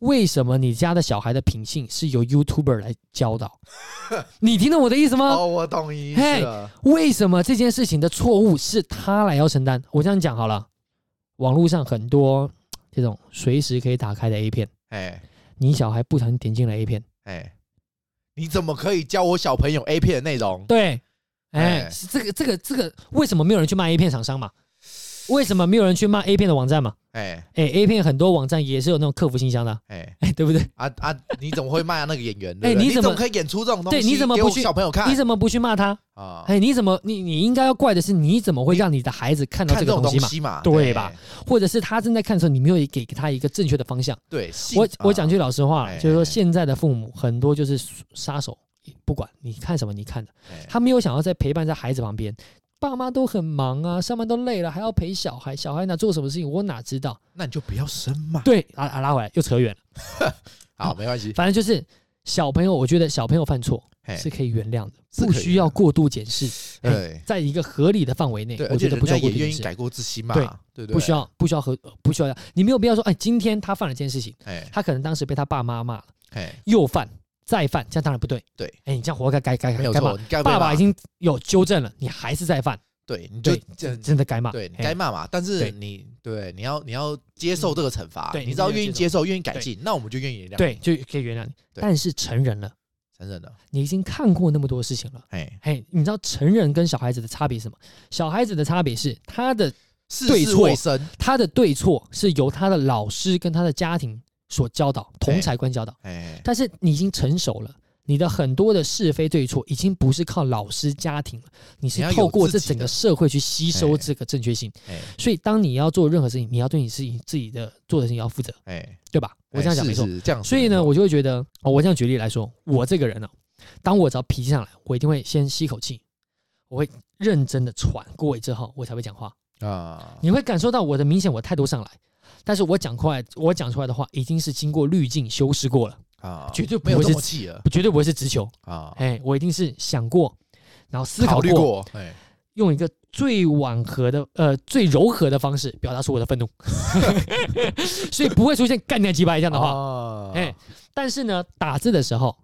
[SPEAKER 2] 为什么你家的小孩的品性是由 YouTuber 来教导？
[SPEAKER 1] *laughs*
[SPEAKER 2] 你听懂我的意思吗？
[SPEAKER 1] 哦，我懂你意思
[SPEAKER 2] 呃嘿
[SPEAKER 1] 了，
[SPEAKER 2] 为什么这件事情的错误是他来要承担？我这样讲好了，网络上很多嘖这种随时可以打开的 A 片，
[SPEAKER 1] 哎
[SPEAKER 2] 你小孩不小心点进了 A 片，
[SPEAKER 1] 哎，你怎么可以教我小朋友 A 片的内容？
[SPEAKER 2] 对，哎、
[SPEAKER 1] 哎
[SPEAKER 2] 是这个这个这个，为什么没有人去骂 A 片厂商嘛？为什么没有人去骂 A 片的网站嘛？
[SPEAKER 1] 哎
[SPEAKER 2] 哎、a 片很多网站也是有那种客服信箱的啊， *laughs*
[SPEAKER 1] 哎
[SPEAKER 2] 哎、对不对？
[SPEAKER 1] 啊啊，你怎么会骂那个演员？对
[SPEAKER 2] 哎
[SPEAKER 1] 不对
[SPEAKER 2] 你
[SPEAKER 1] 你
[SPEAKER 2] 怎么
[SPEAKER 1] 可以演出这种东
[SPEAKER 2] 对
[SPEAKER 1] 西？
[SPEAKER 2] 你怎么
[SPEAKER 1] 给
[SPEAKER 2] 不
[SPEAKER 1] 我
[SPEAKER 2] 去
[SPEAKER 1] 小朋友看
[SPEAKER 2] 你怎么不去骂他？
[SPEAKER 1] 啊？
[SPEAKER 2] 哎、你怎么你你应该要怪的是你怎么会让你的孩子看到
[SPEAKER 1] 看
[SPEAKER 2] 这
[SPEAKER 1] 这
[SPEAKER 2] 个
[SPEAKER 1] 种
[SPEAKER 2] 东西嘛？
[SPEAKER 1] 西嘛，哎
[SPEAKER 2] 对吧？或者是他正在看的时候，你没有给他一个正确的方向。
[SPEAKER 1] 对，
[SPEAKER 2] 我
[SPEAKER 1] 性
[SPEAKER 2] 我讲
[SPEAKER 1] 啊
[SPEAKER 2] 句老实话
[SPEAKER 1] 哎
[SPEAKER 2] 啦，就是
[SPEAKER 1] 哎哎
[SPEAKER 2] 说现在的父母很多就是杀手，不管你看什么，你看的，
[SPEAKER 1] 哎
[SPEAKER 2] 他没有想要在陪伴在孩子旁边。爸妈都很忙啊，上班都累了，还要陪小孩，小孩哪做什么事情，我哪知道？
[SPEAKER 1] 那你就不要生嘛。
[SPEAKER 2] 对，啊啊，拉回来又扯远了。
[SPEAKER 1] 好，没关系，
[SPEAKER 2] 反正就是小朋友，我觉得小朋友犯错
[SPEAKER 1] 嘿
[SPEAKER 2] 是可以原谅的，
[SPEAKER 1] 哎是
[SPEAKER 2] 不
[SPEAKER 1] 可以
[SPEAKER 2] 需要过度检视，哎
[SPEAKER 1] 对
[SPEAKER 2] 在一个合理的范围内
[SPEAKER 1] 对，，
[SPEAKER 2] 我
[SPEAKER 1] 而且
[SPEAKER 2] 觉得
[SPEAKER 1] 人
[SPEAKER 2] 不需
[SPEAKER 1] 家
[SPEAKER 2] 要过
[SPEAKER 1] 也
[SPEAKER 2] 度
[SPEAKER 1] 愿
[SPEAKER 2] 检
[SPEAKER 1] 意
[SPEAKER 2] 视，
[SPEAKER 1] 改过自新嘛，
[SPEAKER 2] 对
[SPEAKER 1] 对对，
[SPEAKER 2] 不需要不需要和不需要，你没有必要说，哎，今天他犯了这件事情，
[SPEAKER 1] 哎
[SPEAKER 2] 他可能当时被他爸妈骂了，
[SPEAKER 1] 哎，
[SPEAKER 2] 又犯再犯，这样当然不对。
[SPEAKER 1] 对，
[SPEAKER 2] 哎，你这样活该该该
[SPEAKER 1] 没有
[SPEAKER 2] 该该骂
[SPEAKER 1] 错，。你该被
[SPEAKER 2] 爸
[SPEAKER 1] 骂
[SPEAKER 2] 爸已经有纠正了，你还是在犯，
[SPEAKER 1] 对，你就
[SPEAKER 2] 对，
[SPEAKER 1] 这
[SPEAKER 2] 真真的该骂。
[SPEAKER 1] 对你
[SPEAKER 2] 嘿
[SPEAKER 1] 该骂嘛，但是
[SPEAKER 2] 对
[SPEAKER 1] 你对你要你要接受这个惩罚，
[SPEAKER 2] 嗯对
[SPEAKER 1] 你只要
[SPEAKER 2] 你
[SPEAKER 1] 愿意
[SPEAKER 2] 要
[SPEAKER 1] 接
[SPEAKER 2] 接
[SPEAKER 1] 受，愿意改
[SPEAKER 2] 对
[SPEAKER 1] 进，那我们就愿意原谅，，
[SPEAKER 2] 对就可以原谅你。
[SPEAKER 1] 对
[SPEAKER 2] 但是成人了，
[SPEAKER 1] 承认了，
[SPEAKER 2] 你已经看过那么多事情了。
[SPEAKER 1] 哎，
[SPEAKER 2] 嘿，你知道成人跟小孩子的差别是什么？小孩子的差别是他的
[SPEAKER 1] 世
[SPEAKER 2] 对
[SPEAKER 1] 事
[SPEAKER 2] 错
[SPEAKER 1] 未深，
[SPEAKER 2] 他的对错是由他的老师跟他的家庭所教导，同才观教导。
[SPEAKER 1] 哎，
[SPEAKER 2] 但是你已经成熟了，你的很多的是非对错已经不是靠老师家庭了，你
[SPEAKER 1] 你
[SPEAKER 2] 是
[SPEAKER 1] 要有
[SPEAKER 2] 透过
[SPEAKER 1] 自
[SPEAKER 2] 这
[SPEAKER 1] 己
[SPEAKER 2] 整个
[SPEAKER 1] 的
[SPEAKER 2] 社会去吸收
[SPEAKER 1] 哎
[SPEAKER 2] 这个正确性。
[SPEAKER 1] 哎
[SPEAKER 2] 所以，当你要做任何事情，你要对你自己自己的做的事情要负责，
[SPEAKER 1] 哎，
[SPEAKER 2] 对吧？我这样讲没错。
[SPEAKER 1] 是，是这样子没错，
[SPEAKER 2] 所以呢，我就会觉得，哦，我这样举例来说，我这个人呢、当我只要脾气上来，我一定会先吸口气，我会认真的喘过一之后，我才会讲话。
[SPEAKER 1] 啊，
[SPEAKER 2] 你会感受到我的明显我态度上来，但是我讲出来我讲出来的话已经是经过滤镜修饰过了，
[SPEAKER 1] 啊，
[SPEAKER 2] 绝对不
[SPEAKER 1] 没有
[SPEAKER 2] 会
[SPEAKER 1] 这
[SPEAKER 2] 是
[SPEAKER 1] 么气了
[SPEAKER 2] 绝对不会是直球。
[SPEAKER 1] 啊，
[SPEAKER 2] 哎、我一定是想过，然后思考
[SPEAKER 1] 考虑过，哎，
[SPEAKER 2] 用一个最缓和的呃最柔和的方式表达出我的愤怒，
[SPEAKER 1] *laughs*
[SPEAKER 2] 所以不会出现干掉几百这样的
[SPEAKER 1] 哦
[SPEAKER 2] 话。
[SPEAKER 1] 话
[SPEAKER 2] 哎、但是呢，打字的时候，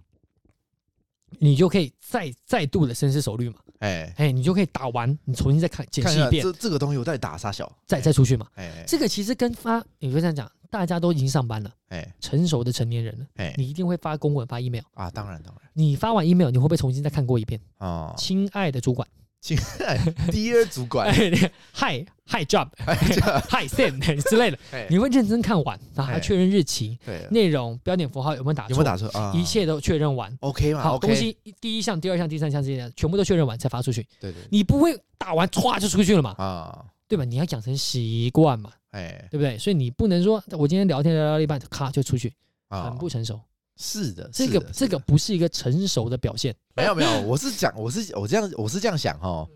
[SPEAKER 2] 你就可以再再度的深思熟虑嘛，
[SPEAKER 1] 哎，
[SPEAKER 2] 哎、你就可以打完，你重新再看解
[SPEAKER 1] 看一
[SPEAKER 2] 析一
[SPEAKER 1] 下
[SPEAKER 2] 遍，
[SPEAKER 1] 这这个东西我到底打啥小，
[SPEAKER 2] 再再出去嘛。
[SPEAKER 1] 哎
[SPEAKER 2] 这个其实跟发，你就这样讲，大家都已经上班了，
[SPEAKER 1] 哎
[SPEAKER 2] 成熟的成年人了，
[SPEAKER 1] 哎
[SPEAKER 2] 你一定会发公文、发 email。
[SPEAKER 1] 啊，当然当然
[SPEAKER 2] 你发完 email，你会不会重新再看过一遍？
[SPEAKER 1] 啊，
[SPEAKER 2] 亲爱的主管，
[SPEAKER 1] 亲 *laughs* 爱，Dear 主管，
[SPEAKER 2] 哎嗨嗨 job，嗨 *laughs* Sam 之类的，
[SPEAKER 1] 哎
[SPEAKER 2] 你会认真看完，然后还
[SPEAKER 1] 哎
[SPEAKER 2] 确认日期、
[SPEAKER 1] 对了，
[SPEAKER 2] 内容、标点符号有没有打
[SPEAKER 1] 有没有
[SPEAKER 2] 错，
[SPEAKER 1] 打错啊？
[SPEAKER 2] 一切都确认完。
[SPEAKER 1] OK 嘛
[SPEAKER 2] 好，
[SPEAKER 1] ，OK，
[SPEAKER 2] 东西第一项、第二项、第三项、这些全部都确认完才发出去。
[SPEAKER 1] 对对
[SPEAKER 2] 你不会打完歘就出去了嘛？
[SPEAKER 1] 啊，
[SPEAKER 2] 对吧？你要养成习惯嘛，
[SPEAKER 1] 哎
[SPEAKER 2] 对不对？所以你不能说我今天聊天聊到一半，咔就出去，
[SPEAKER 1] 啊
[SPEAKER 2] 很，不成熟。
[SPEAKER 1] 是的，
[SPEAKER 2] 这
[SPEAKER 1] 是
[SPEAKER 2] 个
[SPEAKER 1] 的
[SPEAKER 2] 这
[SPEAKER 1] 是
[SPEAKER 2] 个
[SPEAKER 1] 的
[SPEAKER 2] 不是一个成熟的表现。
[SPEAKER 1] 没有没有，我是讲我是我这样我是这样想哦，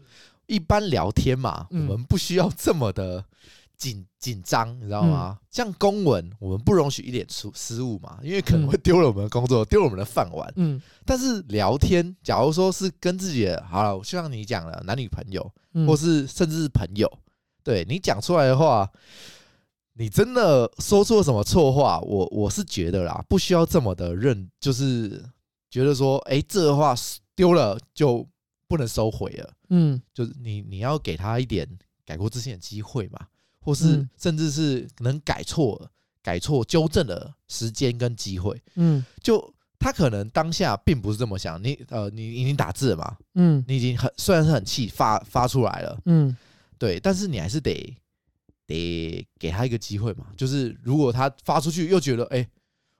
[SPEAKER 1] 一般聊天嘛，我
[SPEAKER 2] 嗯
[SPEAKER 1] 们不需要这么的紧紧张，你知道吗？
[SPEAKER 2] 嗯
[SPEAKER 1] 像公文，我们不容许一点出失误嘛，因为可能
[SPEAKER 2] 嗯
[SPEAKER 1] 会丢了我们的工作，丢了我们的饭碗。
[SPEAKER 2] 嗯
[SPEAKER 1] 但是聊天，假如说是跟自己的好了，就像你讲了男女朋友，
[SPEAKER 2] 嗯，
[SPEAKER 1] 或是甚至是朋友，对你讲出来的话，你真的说出了什么错话，我我是觉得啦，不需要这么的认，就是觉得说，哎、这话丢了就不能收回了，
[SPEAKER 2] 嗯
[SPEAKER 1] 就是你你要给他一点改过自新的机会嘛，或是
[SPEAKER 2] 嗯
[SPEAKER 1] 甚至是能改错了、改错、纠正的时间跟机会，
[SPEAKER 2] 嗯
[SPEAKER 1] 就。他可能当下并不是这么想，你呃，你已经打字了嘛，
[SPEAKER 2] 嗯
[SPEAKER 1] 你已经很虽然是很气发发出来了，
[SPEAKER 2] 嗯
[SPEAKER 1] 对，但是你还是得得给他一个机会嘛。就是如果他发出去又觉得，哎、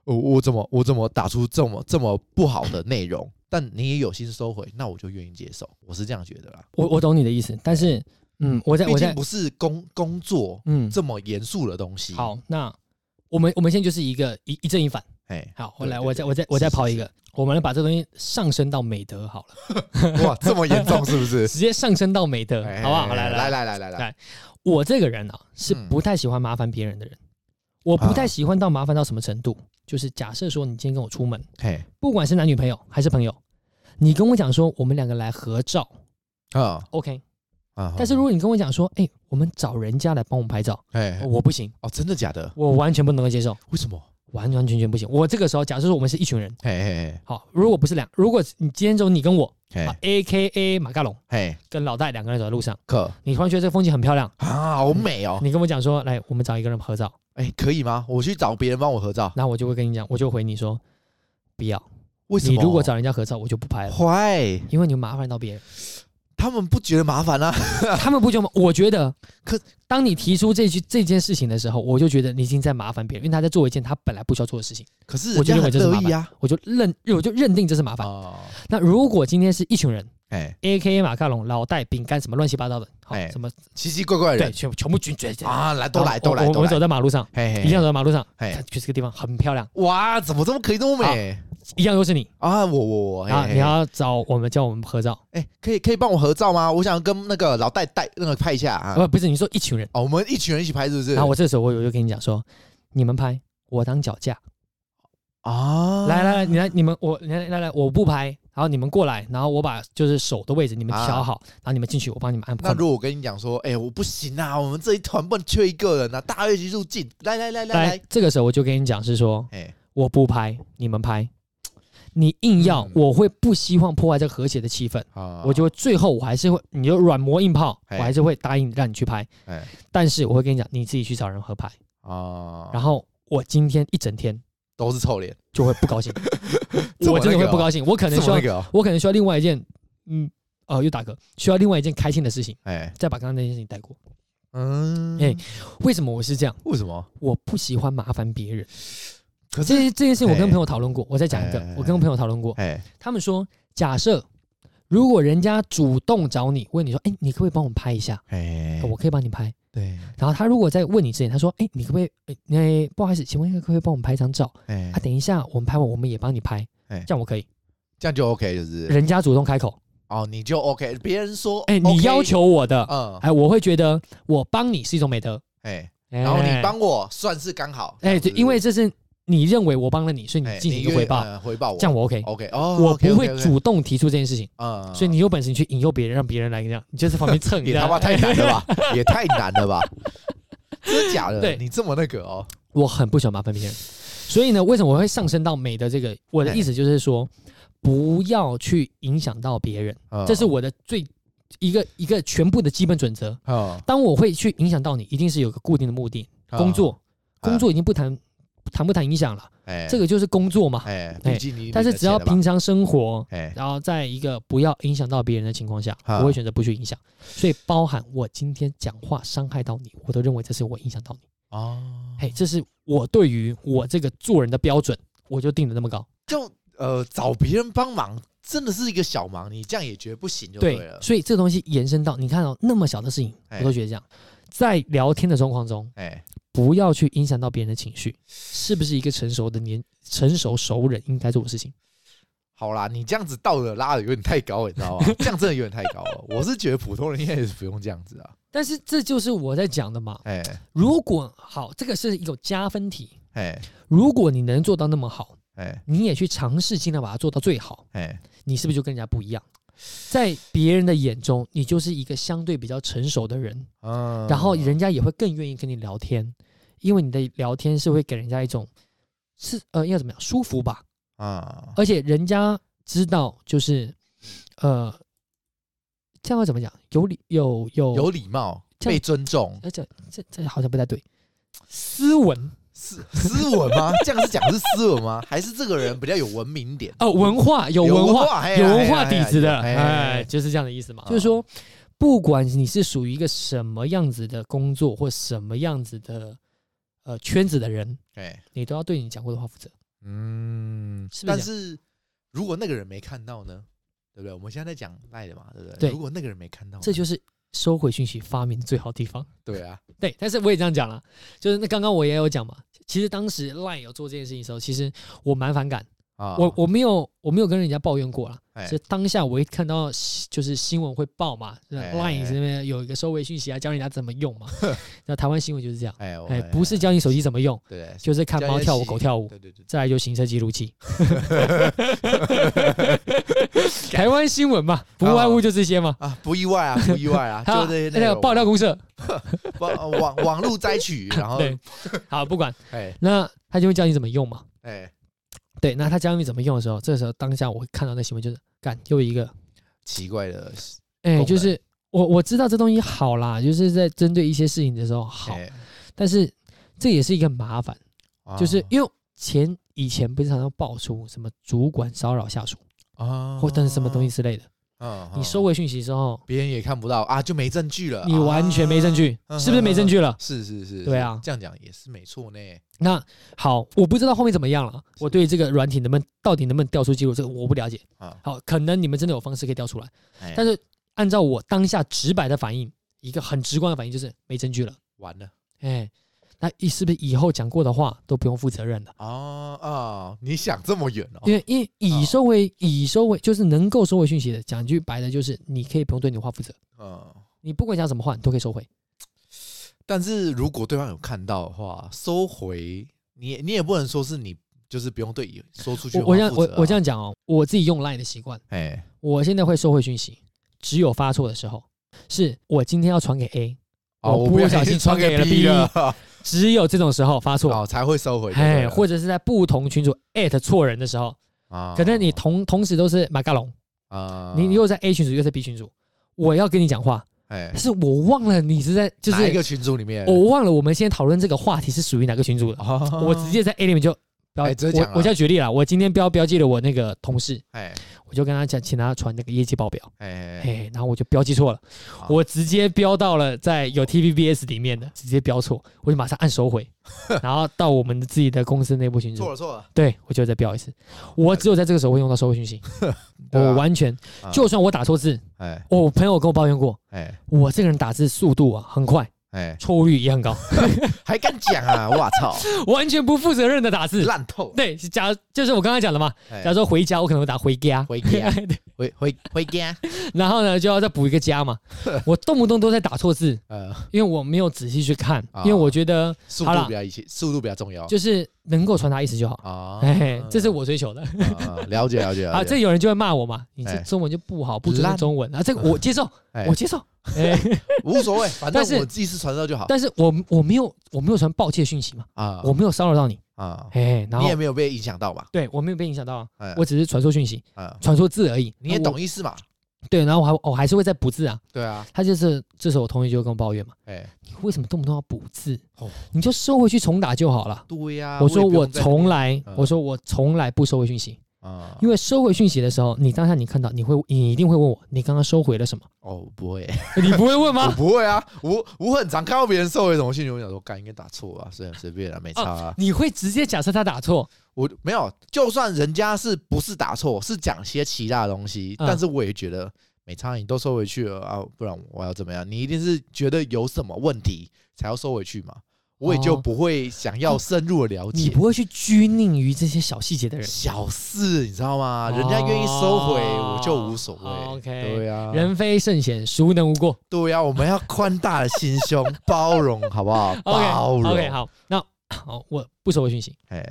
[SPEAKER 1] 我我怎么我怎么打出这么这么不好的内容，但你也有心收回，那我就愿意接受。我是这样觉得啦。
[SPEAKER 2] 我我懂你的意思，但是嗯，我在
[SPEAKER 1] 毕
[SPEAKER 2] 我
[SPEAKER 1] 竟
[SPEAKER 2] 在
[SPEAKER 1] 不是工工作
[SPEAKER 2] 嗯，
[SPEAKER 1] 这么严肃的东西。，
[SPEAKER 2] 好，那我们我们现在就是一个一一正一反。
[SPEAKER 1] 哎，
[SPEAKER 2] 好，我
[SPEAKER 1] 对
[SPEAKER 2] 来，
[SPEAKER 1] 对
[SPEAKER 2] 我
[SPEAKER 1] 对
[SPEAKER 2] 再我再我再
[SPEAKER 1] 是
[SPEAKER 2] 跑
[SPEAKER 1] 是哎
[SPEAKER 2] 一个，我们来把这东西上升到美德好了，
[SPEAKER 1] 哇，这么严重是不是？
[SPEAKER 2] 直接上升到美德，
[SPEAKER 1] 哎
[SPEAKER 2] *laughs* 好不啊好？来
[SPEAKER 1] 来
[SPEAKER 2] 来，
[SPEAKER 1] 来来来来
[SPEAKER 2] 来，我这个人啊是
[SPEAKER 1] 嗯
[SPEAKER 2] 不太喜欢麻烦别人的人，我不
[SPEAKER 1] 啊
[SPEAKER 2] 太喜欢到麻烦到什么程度，就是假设说你今天跟我出门，
[SPEAKER 1] 嘿
[SPEAKER 2] 不管是男女朋友还是朋友，你跟我讲说我们两个来合照
[SPEAKER 1] 啊
[SPEAKER 2] ，OK，
[SPEAKER 1] 啊！
[SPEAKER 2] 但是如果你跟我讲说，哎，我们找人家来帮我们拍照，
[SPEAKER 1] 哎
[SPEAKER 2] 我不行，
[SPEAKER 1] 哦，真的假的？
[SPEAKER 2] 我完全不能够接受，
[SPEAKER 1] 为什么？
[SPEAKER 2] 完完全全不行。我这个时候假设说我们是一群人，
[SPEAKER 1] 嘿嘿
[SPEAKER 2] 好，如果不是两，如果你今天只有你跟我。
[SPEAKER 1] 嘿
[SPEAKER 2] 啊
[SPEAKER 1] 嘿
[SPEAKER 2] ，A K A 马卡龙
[SPEAKER 1] 嘿，
[SPEAKER 2] 跟老戴两个人走在路上，
[SPEAKER 1] 可
[SPEAKER 2] 你突然觉得这个风景很漂亮，
[SPEAKER 1] 啊，好美哦！
[SPEAKER 2] 你跟我讲说，来，我们找一个人合照，
[SPEAKER 1] 哎，可以吗？我去找别人帮我合照。
[SPEAKER 2] 然后我就会跟你讲，我就回你说，不要，
[SPEAKER 1] 为什
[SPEAKER 2] 你
[SPEAKER 1] 么？哦
[SPEAKER 2] 如果找人家合照，我就不拍了，
[SPEAKER 1] 坏，
[SPEAKER 2] 因为你麻烦到别人。 *laughs*
[SPEAKER 1] 他们不觉得麻烦啊？ *laughs*
[SPEAKER 2] 他们不就吗？我觉得，
[SPEAKER 1] 可
[SPEAKER 2] 当你提出这句这件事情的时候，我就觉得你已经在麻烦别人，因为他在做一件他本来不需要做的事情，
[SPEAKER 1] 可是
[SPEAKER 2] 我
[SPEAKER 1] 人
[SPEAKER 2] 就
[SPEAKER 1] 家
[SPEAKER 2] 认为
[SPEAKER 1] 很
[SPEAKER 2] 这是
[SPEAKER 1] 乐
[SPEAKER 2] 麻
[SPEAKER 1] 意啊。
[SPEAKER 2] 我就认，我就认定这是麻烦。
[SPEAKER 1] 哦，
[SPEAKER 2] 那如果今天是一群人
[SPEAKER 1] 哎，
[SPEAKER 2] ，A K A 马卡龙、老戴、饼干什么乱七八糟的，好，
[SPEAKER 1] 哎
[SPEAKER 2] 什么
[SPEAKER 1] 奇奇怪怪的
[SPEAKER 2] 对，
[SPEAKER 1] 人
[SPEAKER 2] 全部全部均绝
[SPEAKER 1] 啊，来都来都来哎
[SPEAKER 2] 我
[SPEAKER 1] 都
[SPEAKER 2] 我们走
[SPEAKER 1] 来，
[SPEAKER 2] 在马路上，
[SPEAKER 1] 嘿
[SPEAKER 2] 一样
[SPEAKER 1] 嘿，
[SPEAKER 2] 走在马路上，
[SPEAKER 1] 嘿
[SPEAKER 2] 看去这个地方很漂亮，
[SPEAKER 1] 哇，怎么这么可以这么美
[SPEAKER 2] 一样又是你
[SPEAKER 1] 啊？我我我，
[SPEAKER 2] 啊！
[SPEAKER 1] 嘿
[SPEAKER 2] 你要找我们叫我们合照，
[SPEAKER 1] 哎，可以可以帮我合照吗？我想跟那个老戴戴那个拍一下啊。
[SPEAKER 2] 不不是你说一群人，
[SPEAKER 1] 哦，我们一群人一起拍是不是？
[SPEAKER 2] 然后我这时候我我就跟你讲说，你们拍，我当脚架，
[SPEAKER 1] 啊，
[SPEAKER 2] 来来来，你来你们我来来来，我不拍，然后你们过来，然后我把就是手的位置你们调好，然后你们进去，我帮你们按
[SPEAKER 1] 啊那
[SPEAKER 2] 快门。
[SPEAKER 1] 如果我跟你讲说，哎，我不行啊，我们这一团不能缺一个人啊，大家一起入境，来来来来
[SPEAKER 2] 来
[SPEAKER 1] 来，，
[SPEAKER 2] 这个时候我就跟你讲是说，
[SPEAKER 1] 哎，
[SPEAKER 2] 我不拍，你们拍。你硬要
[SPEAKER 1] 嗯，
[SPEAKER 2] 我会不希望破坏这个和谐的气氛，
[SPEAKER 1] 啊
[SPEAKER 2] 我就会最后我还是会，你就软磨硬泡，我
[SPEAKER 1] 哎
[SPEAKER 2] 还是会答应让你去拍，
[SPEAKER 1] 哎
[SPEAKER 2] 但是我会跟你讲，你自己去找人合拍。
[SPEAKER 1] 啊，
[SPEAKER 2] 然后我今天一整天
[SPEAKER 1] 都是臭脸，
[SPEAKER 2] 就会不高兴，
[SPEAKER 1] *laughs* 这么
[SPEAKER 2] 我真的
[SPEAKER 1] 那
[SPEAKER 2] 会
[SPEAKER 1] 个
[SPEAKER 2] 不
[SPEAKER 1] 哦
[SPEAKER 2] 高兴。我可
[SPEAKER 1] 这
[SPEAKER 2] 能
[SPEAKER 1] 么
[SPEAKER 2] 需要
[SPEAKER 1] 那，个哦，
[SPEAKER 2] 我可能需要另外一件，嗯，哦，又打嗝，需要另外一件开心的事情，
[SPEAKER 1] 哎，
[SPEAKER 2] 再把刚刚那件事情带过。
[SPEAKER 1] 嗯，
[SPEAKER 2] 哎为什么我是这样？
[SPEAKER 1] 为什么？
[SPEAKER 2] 我不喜欢麻烦别人。
[SPEAKER 1] 可
[SPEAKER 2] 这这件事情我跟
[SPEAKER 1] 哎
[SPEAKER 2] 朋友讨论过，我再讲一个
[SPEAKER 1] 哎哎哎，
[SPEAKER 2] 我跟朋友讨论过，
[SPEAKER 1] 哎
[SPEAKER 2] 他们说，假设如果人家主动找你，问你说，哎，你可不可以帮我们拍一下？
[SPEAKER 1] 哎
[SPEAKER 2] 哦我可以帮你拍。
[SPEAKER 1] 对，
[SPEAKER 2] 然后他如果在问你之前，他说，哎，你可不可以？哎哎，不好意思，请问可不可以帮我们拍张照？
[SPEAKER 1] 哎
[SPEAKER 2] 啊，等一下我们拍完我们也帮你拍
[SPEAKER 1] 哎，
[SPEAKER 2] 这样我可以。
[SPEAKER 1] 这样就 OK，就是
[SPEAKER 2] 人家主动开口，
[SPEAKER 1] 哦，你就 OK，别人说
[SPEAKER 2] 哎、你
[SPEAKER 1] OK，
[SPEAKER 2] 要求我的，
[SPEAKER 1] 嗯，
[SPEAKER 2] 哎，我会觉得我帮你是一种美德，
[SPEAKER 1] 哎，
[SPEAKER 2] 然
[SPEAKER 1] 然后你，帮我算是刚好，
[SPEAKER 2] 哎，
[SPEAKER 1] 这
[SPEAKER 2] 对，
[SPEAKER 1] 样子
[SPEAKER 2] 因为这是你认为我帮了你，所以
[SPEAKER 1] 哎
[SPEAKER 2] 你进行一
[SPEAKER 1] 你
[SPEAKER 2] 个回报，
[SPEAKER 1] 呃回报我，
[SPEAKER 2] 这样我 OK，
[SPEAKER 1] OK 哦，
[SPEAKER 2] 我不
[SPEAKER 1] OK，OK，OK
[SPEAKER 2] 会，主动提出这件事情，
[SPEAKER 1] 嗯，
[SPEAKER 2] 所以你有本事你去引诱别人，让别人来这样，你就在旁
[SPEAKER 1] *laughs*
[SPEAKER 2] 边蹭，
[SPEAKER 1] 也他妈太难了吧，也太难了
[SPEAKER 2] *laughs*
[SPEAKER 1] 吧，真的假的？
[SPEAKER 2] 对
[SPEAKER 1] 你这么那个哦，
[SPEAKER 2] 我很不喜欢麻烦别人，所以呢，为什么我会上升到美的这个？我的意思就是说，
[SPEAKER 1] 哎
[SPEAKER 2] 不要去影响到别人，
[SPEAKER 1] 嗯
[SPEAKER 2] 这是我的最一个一个全部的基本准则。
[SPEAKER 1] 嗯
[SPEAKER 2] 当我会去影响到你，一定是有个固定的目的。
[SPEAKER 1] 嗯
[SPEAKER 2] 工作，
[SPEAKER 1] 嗯
[SPEAKER 2] 工作已经不谈谈不谈影响了，
[SPEAKER 1] 哎
[SPEAKER 2] 这个就是工作嘛。
[SPEAKER 1] 哎，毕竟你
[SPEAKER 2] 但是只要
[SPEAKER 1] 平
[SPEAKER 2] 平常生活，
[SPEAKER 1] 哎
[SPEAKER 2] 然后在一个不要影响到别人的情况下，
[SPEAKER 1] 嗯
[SPEAKER 2] 我会选择不去影响。所以包含我今天讲话伤害到你，我都认为这是我影响到你。
[SPEAKER 1] 哦，
[SPEAKER 2] 嘿，这是我对于我这个做人的标准，我就定的那么高。
[SPEAKER 1] 就呃找别人帮忙真的是一个小忙，你这样也觉得不行就
[SPEAKER 2] 对
[SPEAKER 1] 了，
[SPEAKER 2] 所以这东西延伸到你看哦，那么小的事情，
[SPEAKER 1] 哎
[SPEAKER 2] 我都觉得这样。在聊天的状况中，
[SPEAKER 1] 哎
[SPEAKER 2] 不要去影响到别人的情绪，是不是一个成熟的年成熟熟人应该做的事情？
[SPEAKER 1] 好啦，你这样子道德拉的有点太高了，你知道吗？ *laughs* 这样真的有点太高了。我是觉得普通人应该也是不用这样子啊。
[SPEAKER 2] 但是这就是我在讲的嘛。
[SPEAKER 1] 哎
[SPEAKER 2] 如果好，这个是一个加分题。
[SPEAKER 1] 哎
[SPEAKER 2] 如果你能做到那么好，
[SPEAKER 1] 哎
[SPEAKER 2] 你也去尝试尽量把它做到最好，
[SPEAKER 1] 哎，
[SPEAKER 2] 你是不是就跟人家不一样？在别人的眼中，你就是一个相对比较成熟的人，
[SPEAKER 1] 嗯
[SPEAKER 2] 然后人家也会更愿意跟你聊天，因为你的聊天是会给人家一种是呃要怎么样舒服吧，
[SPEAKER 1] 啊，
[SPEAKER 2] 而且人家知道就是呃这样要怎么讲有理有有
[SPEAKER 1] 有礼貌，
[SPEAKER 2] 哦这样
[SPEAKER 1] 被尊重，
[SPEAKER 2] 呃这这这好像不太对，斯文
[SPEAKER 1] 斯斯文吗？这样是讲是斯文吗？还是这个人比较有文明一点？
[SPEAKER 2] 哦文化有文化
[SPEAKER 1] 化，
[SPEAKER 2] 有文化底子的，哎
[SPEAKER 1] 哎，，
[SPEAKER 2] 就是这样的意思嘛。
[SPEAKER 1] 啊
[SPEAKER 2] 就是说，不管你是属于一个什么样子的工作或什么样子的呃圈子的人，
[SPEAKER 1] 哎，
[SPEAKER 2] 你都要对你讲过的话负责。
[SPEAKER 1] 嗯，
[SPEAKER 2] 是不
[SPEAKER 1] 但
[SPEAKER 2] 是这样
[SPEAKER 1] 是如果那个人没看到呢？对不对？我们现在在讲赖的嘛，对不对？
[SPEAKER 2] 对
[SPEAKER 1] 如果那个人没看到呢，
[SPEAKER 2] 这就是收回讯息发明的最好地方。
[SPEAKER 1] 对啊，
[SPEAKER 2] 对，但是我也这样讲了，就是那刚刚我也有讲嘛。其实当时 LINE 有做这件事情的时候，其实我蛮反感，
[SPEAKER 1] 啊，
[SPEAKER 2] 我我没有我没有跟人家抱怨过啦。
[SPEAKER 1] 哎
[SPEAKER 2] 是当下我一看到就是新闻会报嘛就是
[SPEAKER 1] 哎
[SPEAKER 2] ，LINE 这边有一个收回讯息啊，教人家怎么
[SPEAKER 1] *laughs*
[SPEAKER 2] 用嘛。那台湾新闻就是这样。
[SPEAKER 1] 哎我
[SPEAKER 2] 哎，不是教你手机怎么用，
[SPEAKER 1] 对
[SPEAKER 2] 就是看猫跳舞、狗跳舞，
[SPEAKER 1] 对对对，
[SPEAKER 2] 再来就行车记
[SPEAKER 1] *laughs*
[SPEAKER 2] 录器。台湾新闻嘛，不外乎就这些嘛。
[SPEAKER 1] 啊，不意外
[SPEAKER 2] *laughs*
[SPEAKER 1] 啊，不意外啊，
[SPEAKER 2] 还有
[SPEAKER 1] 就这些
[SPEAKER 2] 还有
[SPEAKER 1] 种
[SPEAKER 2] 爆料公社，
[SPEAKER 1] 网网网络摘
[SPEAKER 2] *laughs*
[SPEAKER 1] 取，然后
[SPEAKER 2] 对，好不管，
[SPEAKER 1] 哎
[SPEAKER 2] 那他就会教你怎么用嘛。
[SPEAKER 1] 哎，
[SPEAKER 2] 对，那他教你怎么用的时候，这时候当下我会看到那新闻就是，干又一个，
[SPEAKER 1] 奇怪的，
[SPEAKER 2] 哎，
[SPEAKER 1] 懂
[SPEAKER 2] 就
[SPEAKER 1] 了
[SPEAKER 2] 是我我知道这东西好啦，就是在针对一些事情的时候好，
[SPEAKER 1] 哎
[SPEAKER 2] 但是这也是一个麻烦，
[SPEAKER 1] 啊
[SPEAKER 2] 就是因为前以前不是常常爆出什么主管骚扰下属
[SPEAKER 1] 啊，
[SPEAKER 2] 或者是什么东西之类的。
[SPEAKER 1] 嗯，嗯
[SPEAKER 2] 你收，回讯息之后，
[SPEAKER 1] 别人也看不到啊，就没证据了，
[SPEAKER 2] 你完全没证据，
[SPEAKER 1] 啊
[SPEAKER 2] 是不是没证据了？
[SPEAKER 1] 是是是，
[SPEAKER 2] 对
[SPEAKER 1] 是
[SPEAKER 2] 啊
[SPEAKER 1] 这样讲也是没错呢，
[SPEAKER 2] 那好，我不知道后面怎么样了，我对这个软体能不能到底能不能调出记录，这个我不了解。
[SPEAKER 1] 啊，
[SPEAKER 2] 好，可能你们真的有方式可以调出来，
[SPEAKER 1] 哎
[SPEAKER 2] 但是按照我当下直白的反应，一个很直观的反应就是没证据了。
[SPEAKER 1] 完了
[SPEAKER 2] 哎，那一是不是以后讲过的话都不用负责任了？
[SPEAKER 1] 哦哦，你想这么远哦，
[SPEAKER 2] 因为因为
[SPEAKER 1] 哦
[SPEAKER 2] 已收回已收回就是能够收回讯息的，讲句白的，就是你可以不用对你的话负责，
[SPEAKER 1] 嗯。
[SPEAKER 2] 你不管讲什么话，你都可以收回。
[SPEAKER 1] 但是如果对方有看到的话，收回你也你也不能说是你就是不用对以说出去
[SPEAKER 2] 我
[SPEAKER 1] 的话
[SPEAKER 2] 我这样
[SPEAKER 1] 负责
[SPEAKER 2] 我
[SPEAKER 1] 啊
[SPEAKER 2] 我这样讲哦，我自己用 Line 的习惯。
[SPEAKER 1] 哎
[SPEAKER 2] 我现在会收回讯息，只有发错的时候，是我今天要传给 A，
[SPEAKER 1] 哦，
[SPEAKER 2] 我
[SPEAKER 1] 我
[SPEAKER 2] 不小心传
[SPEAKER 1] 传
[SPEAKER 2] 给了
[SPEAKER 1] B
[SPEAKER 2] B *laughs*
[SPEAKER 1] 了，
[SPEAKER 2] 只有这种时候发错，
[SPEAKER 1] 哦才会收回就对
[SPEAKER 2] 哎，
[SPEAKER 1] 了，
[SPEAKER 2] 或者是在不同群组艾特错人的时候，
[SPEAKER 1] 啊
[SPEAKER 2] 可能你同同时都是马嘎龙，
[SPEAKER 1] 啊
[SPEAKER 2] 你你又在 A 群组又在 B 群组，我要跟你讲话，
[SPEAKER 1] 哎
[SPEAKER 2] 但是我忘了你是在就
[SPEAKER 1] 哪一
[SPEAKER 2] 是
[SPEAKER 1] 个群组里面，
[SPEAKER 2] 我忘了我们现在讨论这个话题是属于哪个群组的，
[SPEAKER 1] 哦
[SPEAKER 2] 我直接在 A 里面就。标
[SPEAKER 1] 哎直接讲
[SPEAKER 2] 我
[SPEAKER 1] 了
[SPEAKER 2] 我现在举例了，我今天标标记了我那个同事，
[SPEAKER 1] 哎
[SPEAKER 2] 我就跟他讲，请他传那个业绩报表，
[SPEAKER 1] 哎哎
[SPEAKER 2] 哎，然后我就标记错了，
[SPEAKER 1] 好
[SPEAKER 2] 我直接标到了在有 TVBS 里面的，直接标错，我就马上按
[SPEAKER 1] *laughs*
[SPEAKER 2] 收回，然后到我们自己的公司内部群
[SPEAKER 1] 错
[SPEAKER 2] 组，
[SPEAKER 1] 了错了，
[SPEAKER 2] 对我就再标一次。我只有在这个时候会用到收回讯息，
[SPEAKER 1] *laughs* 对啊
[SPEAKER 2] 我完全
[SPEAKER 1] 啊
[SPEAKER 2] 哦就算我打错字，
[SPEAKER 1] 哎
[SPEAKER 2] 我朋友跟我抱怨过，
[SPEAKER 1] 哎
[SPEAKER 2] 我这个人打字速度啊很快，
[SPEAKER 1] 哎，
[SPEAKER 2] 错误率一样高， *laughs*
[SPEAKER 1] 还敢讲啊！我操，
[SPEAKER 2] 完全不负责任的打字。
[SPEAKER 1] 烂透！
[SPEAKER 2] 对，假就是我刚刚讲的嘛，
[SPEAKER 1] 哎
[SPEAKER 2] 假如说回家，我可能会打回家，
[SPEAKER 1] 回啊家
[SPEAKER 2] *laughs* 对
[SPEAKER 1] 回回回家， *laughs*
[SPEAKER 2] 然后呢就要再补一个家嘛。我动不动都在打错字，
[SPEAKER 1] 呃，
[SPEAKER 2] 因为我没有仔细去看，
[SPEAKER 1] 啊
[SPEAKER 2] 因为我觉得
[SPEAKER 1] 速
[SPEAKER 2] 好
[SPEAKER 1] 度
[SPEAKER 2] 啦
[SPEAKER 1] 比较一起，速度比较重要。
[SPEAKER 2] 就是能够传达意思就好。 *laughs*
[SPEAKER 1] 啊
[SPEAKER 2] 哎，这是我追求的。
[SPEAKER 1] 啊
[SPEAKER 2] *laughs*
[SPEAKER 1] 了解了解
[SPEAKER 2] 啊，
[SPEAKER 1] 了
[SPEAKER 2] 这
[SPEAKER 1] 解。
[SPEAKER 2] 有人就会骂我嘛，你这
[SPEAKER 1] 哎
[SPEAKER 2] 中文就不好，不尊重
[SPEAKER 1] 烂
[SPEAKER 2] 中文啊。这个我接受，
[SPEAKER 1] *laughs* 哎
[SPEAKER 2] 我接受。 *laughs* 哎，
[SPEAKER 1] 无所谓，反正
[SPEAKER 2] 但是
[SPEAKER 1] 我技师传授就好
[SPEAKER 2] 但是我我没有我没有传抱歉讯息嘛，
[SPEAKER 1] 啊
[SPEAKER 2] 我没有骚扰到你。
[SPEAKER 1] 啊，
[SPEAKER 2] 哎，然
[SPEAKER 1] 你
[SPEAKER 2] 后
[SPEAKER 1] 也没有被影响到吧？
[SPEAKER 2] 对我没有被影响到啊，
[SPEAKER 1] 哎
[SPEAKER 2] 我只是传输讯息、
[SPEAKER 1] 啊，
[SPEAKER 2] 传输字而已。
[SPEAKER 1] 你也
[SPEAKER 2] 我
[SPEAKER 1] 懂意思嘛？
[SPEAKER 2] 对，然后我还我还是会再补字啊。
[SPEAKER 1] 对啊，
[SPEAKER 2] 他就是这时候我同学就跟我抱怨嘛，
[SPEAKER 1] 哎，
[SPEAKER 2] 你为什么动不动要补字？
[SPEAKER 1] 哦
[SPEAKER 2] 你就收回去重打就好了。
[SPEAKER 1] 对呀。
[SPEAKER 2] 我说
[SPEAKER 1] 也不用
[SPEAKER 2] 我
[SPEAKER 1] 再
[SPEAKER 2] 从来，
[SPEAKER 1] 嗯
[SPEAKER 2] 我说我从来不收回讯息，
[SPEAKER 1] 啊，
[SPEAKER 2] 因为收回讯息的时候，你当下你看到，你会你一定会问我，你刚刚收回了什么？ *laughs*
[SPEAKER 1] 哦我不会，
[SPEAKER 2] 你不会问
[SPEAKER 1] 我
[SPEAKER 2] 吗？
[SPEAKER 1] 不会啊，我我很常看到别人受回什么信息，我想说，干应该打错啊，随随便啊，没差啊。
[SPEAKER 2] 你会直接假设他打错，
[SPEAKER 1] 我没有，就算人家是不是打错，是讲些其他的东西，
[SPEAKER 2] 嗯
[SPEAKER 1] 但是我也觉得没差，你都收回去了啊，不然我要怎么样？你一定是觉得有什么问题才要收回去嘛，我也就
[SPEAKER 2] 哦
[SPEAKER 1] 不会想要深入的了
[SPEAKER 2] 你
[SPEAKER 1] 解。
[SPEAKER 2] 不会去拘泥于这些小细节的人。
[SPEAKER 1] 小事，你知道吗？
[SPEAKER 2] 哦
[SPEAKER 1] 人家愿意收回，我就无所
[SPEAKER 2] 哦
[SPEAKER 1] 谓。
[SPEAKER 2] ，OK
[SPEAKER 1] 对啊，
[SPEAKER 2] 人非圣贤，孰能无过
[SPEAKER 1] 对啊，我们要宽大的心胸，包容，好不
[SPEAKER 2] *laughs*
[SPEAKER 1] 好？
[SPEAKER 2] ？OK
[SPEAKER 1] 包容。
[SPEAKER 2] OK，好，那 *coughs* 好，我不收回讯息。
[SPEAKER 1] 哎，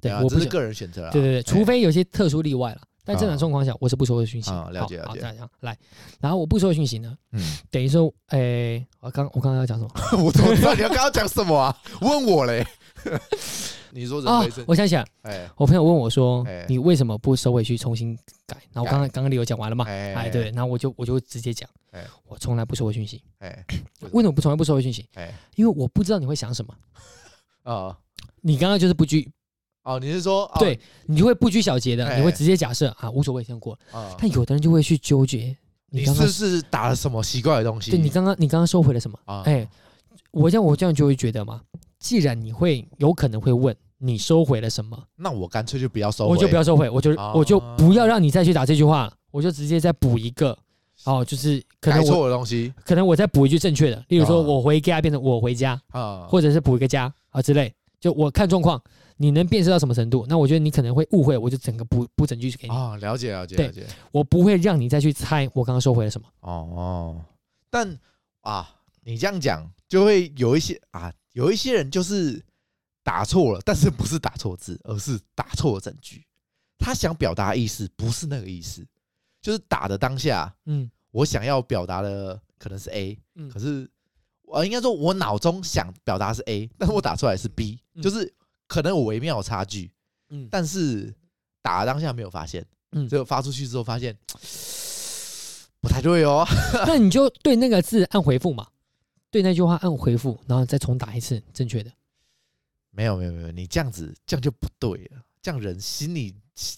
[SPEAKER 2] 对，
[SPEAKER 1] 啊
[SPEAKER 2] 我
[SPEAKER 1] 这
[SPEAKER 2] 不
[SPEAKER 1] 是
[SPEAKER 2] 收
[SPEAKER 1] 个人选择啦。
[SPEAKER 2] 对对对，
[SPEAKER 1] 哎
[SPEAKER 2] 除非有些特殊例外了。但正常
[SPEAKER 1] 啊
[SPEAKER 2] 状况下，我是不收回讯息。
[SPEAKER 1] 啊了解
[SPEAKER 2] 好
[SPEAKER 1] 了
[SPEAKER 2] 好
[SPEAKER 1] 解
[SPEAKER 2] 这样这样来，然后我不收回讯息呢，
[SPEAKER 1] 嗯，
[SPEAKER 2] 等于说，诶，我刚我刚刚要讲什么
[SPEAKER 1] *laughs* 我怎么知道你要刚刚讲什么啊？ *laughs* 问我嘞？你说人
[SPEAKER 2] 啊
[SPEAKER 1] 非圣？，
[SPEAKER 2] 我想哦起来，
[SPEAKER 1] 哎
[SPEAKER 2] 我朋友问我说
[SPEAKER 1] 哎，
[SPEAKER 2] 你为什么不收回去重新改？然后我刚刚刚刚理由讲完了嘛？
[SPEAKER 1] 哎
[SPEAKER 2] 哎，对，，然后我就我就直接讲
[SPEAKER 1] 哎，
[SPEAKER 2] 我从来不收回讯息。
[SPEAKER 1] 哎为什么
[SPEAKER 2] 为什么不从来不收回讯息？
[SPEAKER 1] 哎
[SPEAKER 2] 因为我不知道你会想什么。
[SPEAKER 1] 哦
[SPEAKER 2] 你刚刚就是不拘，
[SPEAKER 1] 哦，你是说哦
[SPEAKER 2] 对你就会不拘小节的，
[SPEAKER 1] 哎
[SPEAKER 2] 你会直接假设啊，无所谓，先过了。
[SPEAKER 1] 哦
[SPEAKER 2] 但有的人就会去纠结，
[SPEAKER 1] 你
[SPEAKER 2] 哎刚
[SPEAKER 1] 是
[SPEAKER 2] 刚
[SPEAKER 1] 不是打了什么奇怪的东西？
[SPEAKER 2] 对你刚刚你刚刚收回了什么？
[SPEAKER 1] 啊
[SPEAKER 2] 哎，我这样我这样就会觉得嘛，既然你会有可能会问你收回了什么，
[SPEAKER 1] 那我干脆就不要收回，
[SPEAKER 2] 我就不要收回，我就
[SPEAKER 1] 啊
[SPEAKER 2] 我就不要让你再去打这句话了，我就直接再补一个。哦，就是可
[SPEAKER 1] 改
[SPEAKER 2] 能我
[SPEAKER 1] 错的东西
[SPEAKER 2] 可能我再补一句正确的，例如
[SPEAKER 1] 啊
[SPEAKER 2] 说我回家变成我回家，
[SPEAKER 1] 啊，
[SPEAKER 2] 或者是补一个家啊之类，就我看状况，你能辨识到什么程度？那我觉得你可能会误会，我就整个补补整句给你，
[SPEAKER 1] 啊，了解了解
[SPEAKER 2] 对
[SPEAKER 1] 了解，
[SPEAKER 2] 我不会让你再去猜我刚刚收回了什么。
[SPEAKER 1] 哦哦，但啊，你这样讲就会有一些啊，有一些人就是打错了，但是不是打错字，而是打错了整句。他想表达的意思不是那个意思，就是打的当下，
[SPEAKER 2] 嗯
[SPEAKER 1] 我想要表达的可能是 A，、
[SPEAKER 2] 嗯
[SPEAKER 1] 可是呃，应该说我脑中想表达是 A，但我打出来是 B，、
[SPEAKER 2] 嗯
[SPEAKER 1] 就是可能有微妙的差距，
[SPEAKER 2] 嗯，
[SPEAKER 1] 但是打的当下没有发现，
[SPEAKER 2] 嗯
[SPEAKER 1] 只有发出去之后发现不太对哦。
[SPEAKER 2] 那你就对那个字按回复嘛，对那句话按回复，然后再重打一次正确的。
[SPEAKER 1] 没有没有没有，你这样子这样就不对了，这样人心里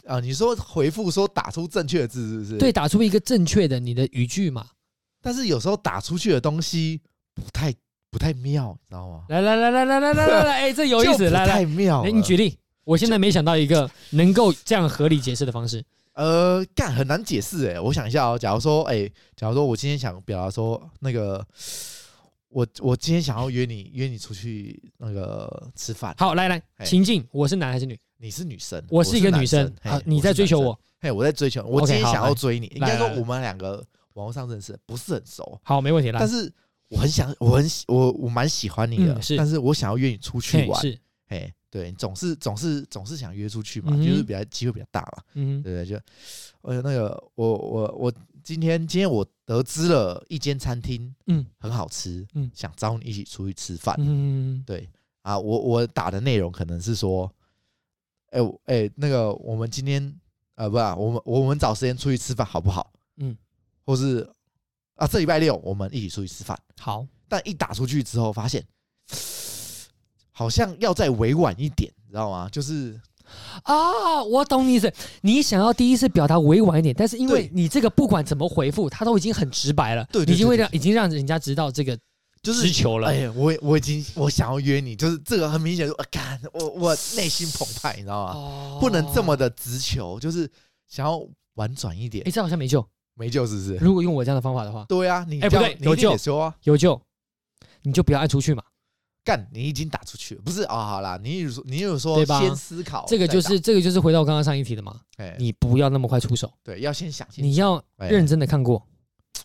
[SPEAKER 1] 啊、你说回复说打出正确的字是不是？
[SPEAKER 2] 对，，打出一个正确的你的语句嘛。
[SPEAKER 1] 但是有时候打出去的东西不太不太妙，你知道吗？
[SPEAKER 2] 来来来来来来来来来，哎，这有意
[SPEAKER 1] 就
[SPEAKER 2] 思，
[SPEAKER 1] 不
[SPEAKER 2] 来来
[SPEAKER 1] 太，妙了。
[SPEAKER 2] 哎，你举例。我现在没想到一个能够这样合理解释的方式。
[SPEAKER 1] 呃，干很难解释哎、我想一下哦，假如说哎、假如说我今天想表达说那个，我我今天想要约你约你出去那个吃饭，
[SPEAKER 2] 好，来来，
[SPEAKER 1] 哎
[SPEAKER 2] 情境，我是男还是女？
[SPEAKER 1] 你是女生，
[SPEAKER 2] 我是一个
[SPEAKER 1] 男
[SPEAKER 2] 女生，
[SPEAKER 1] 嘿
[SPEAKER 2] 好，你在追求
[SPEAKER 1] 我是男生
[SPEAKER 2] 我。
[SPEAKER 1] 嘿，我在追求，我
[SPEAKER 2] OK，
[SPEAKER 1] 今天
[SPEAKER 2] 好
[SPEAKER 1] 想要
[SPEAKER 2] 来
[SPEAKER 1] 追你，应该
[SPEAKER 2] 来
[SPEAKER 1] 说
[SPEAKER 2] 来
[SPEAKER 1] 我们两个网络上认识，不是很熟，
[SPEAKER 2] 好，没问题，来
[SPEAKER 1] 但。是我很想，我很喜我我蛮喜欢你的，
[SPEAKER 2] 嗯是
[SPEAKER 1] 但是我想要约你出去
[SPEAKER 2] 嘿
[SPEAKER 1] 玩，
[SPEAKER 2] 是，
[SPEAKER 1] 嘿，对，总是总是总是想约出去嘛，
[SPEAKER 2] 嗯哼
[SPEAKER 1] 就是比较机会比较大嘛，
[SPEAKER 2] 嗯哼，
[SPEAKER 1] 对不对？就呃那个我我我今天今天我得知了一间餐厅，
[SPEAKER 2] 嗯，
[SPEAKER 1] 很好吃，
[SPEAKER 2] 嗯
[SPEAKER 1] 想找你一起出去吃饭，
[SPEAKER 2] 嗯，
[SPEAKER 1] 对啊，我我打的内容可能是说，哎、我哎、那个我们今天呃不、啊，我们我们找时间出去吃饭好不好？
[SPEAKER 2] 嗯，
[SPEAKER 1] 或是啊这礼拜六我们一起出去吃饭，
[SPEAKER 2] 好，
[SPEAKER 1] 但一打出去之后发现，好像要再委婉一点，你知道吗？就是
[SPEAKER 2] 啊，我懂你意思。你想要第一次表达委婉一点，但是因为
[SPEAKER 1] 对
[SPEAKER 2] 你这个不管怎么回复，他都已经很直白了，
[SPEAKER 1] 对对
[SPEAKER 2] 你已经
[SPEAKER 1] 对
[SPEAKER 2] 会
[SPEAKER 1] 对
[SPEAKER 2] 让已经让人家知道这个
[SPEAKER 1] 就是
[SPEAKER 2] 需求了。
[SPEAKER 1] 哎呀，我我已经我想要约你，就是这个很明显，我、啊、干我我内心澎湃，你知道吗？
[SPEAKER 2] 哦
[SPEAKER 1] 不能这么的直球，就是想要婉转一点
[SPEAKER 2] 哎，，这好像没救。
[SPEAKER 1] 没救是不是？
[SPEAKER 2] 如果用我这样的方法的话，
[SPEAKER 1] 对啊，你
[SPEAKER 2] 哎
[SPEAKER 1] 这
[SPEAKER 2] 不
[SPEAKER 1] 样
[SPEAKER 2] 对
[SPEAKER 1] 你
[SPEAKER 2] 有
[SPEAKER 1] 一定得
[SPEAKER 2] 救
[SPEAKER 1] 说啊，
[SPEAKER 2] 有救。你就不要按出去嘛。
[SPEAKER 1] 干，你已经打出去了，不是啊、哦？好啦，你有说你有说
[SPEAKER 2] 对吧
[SPEAKER 1] 先思考，
[SPEAKER 2] 这个就
[SPEAKER 1] 再
[SPEAKER 2] 是这个就是回到我刚刚上一题的嘛，
[SPEAKER 1] 打哎，
[SPEAKER 2] 你不要那么快出手，
[SPEAKER 1] 对，要先想清楚，
[SPEAKER 2] 你要
[SPEAKER 1] 哎
[SPEAKER 2] 认真的看过，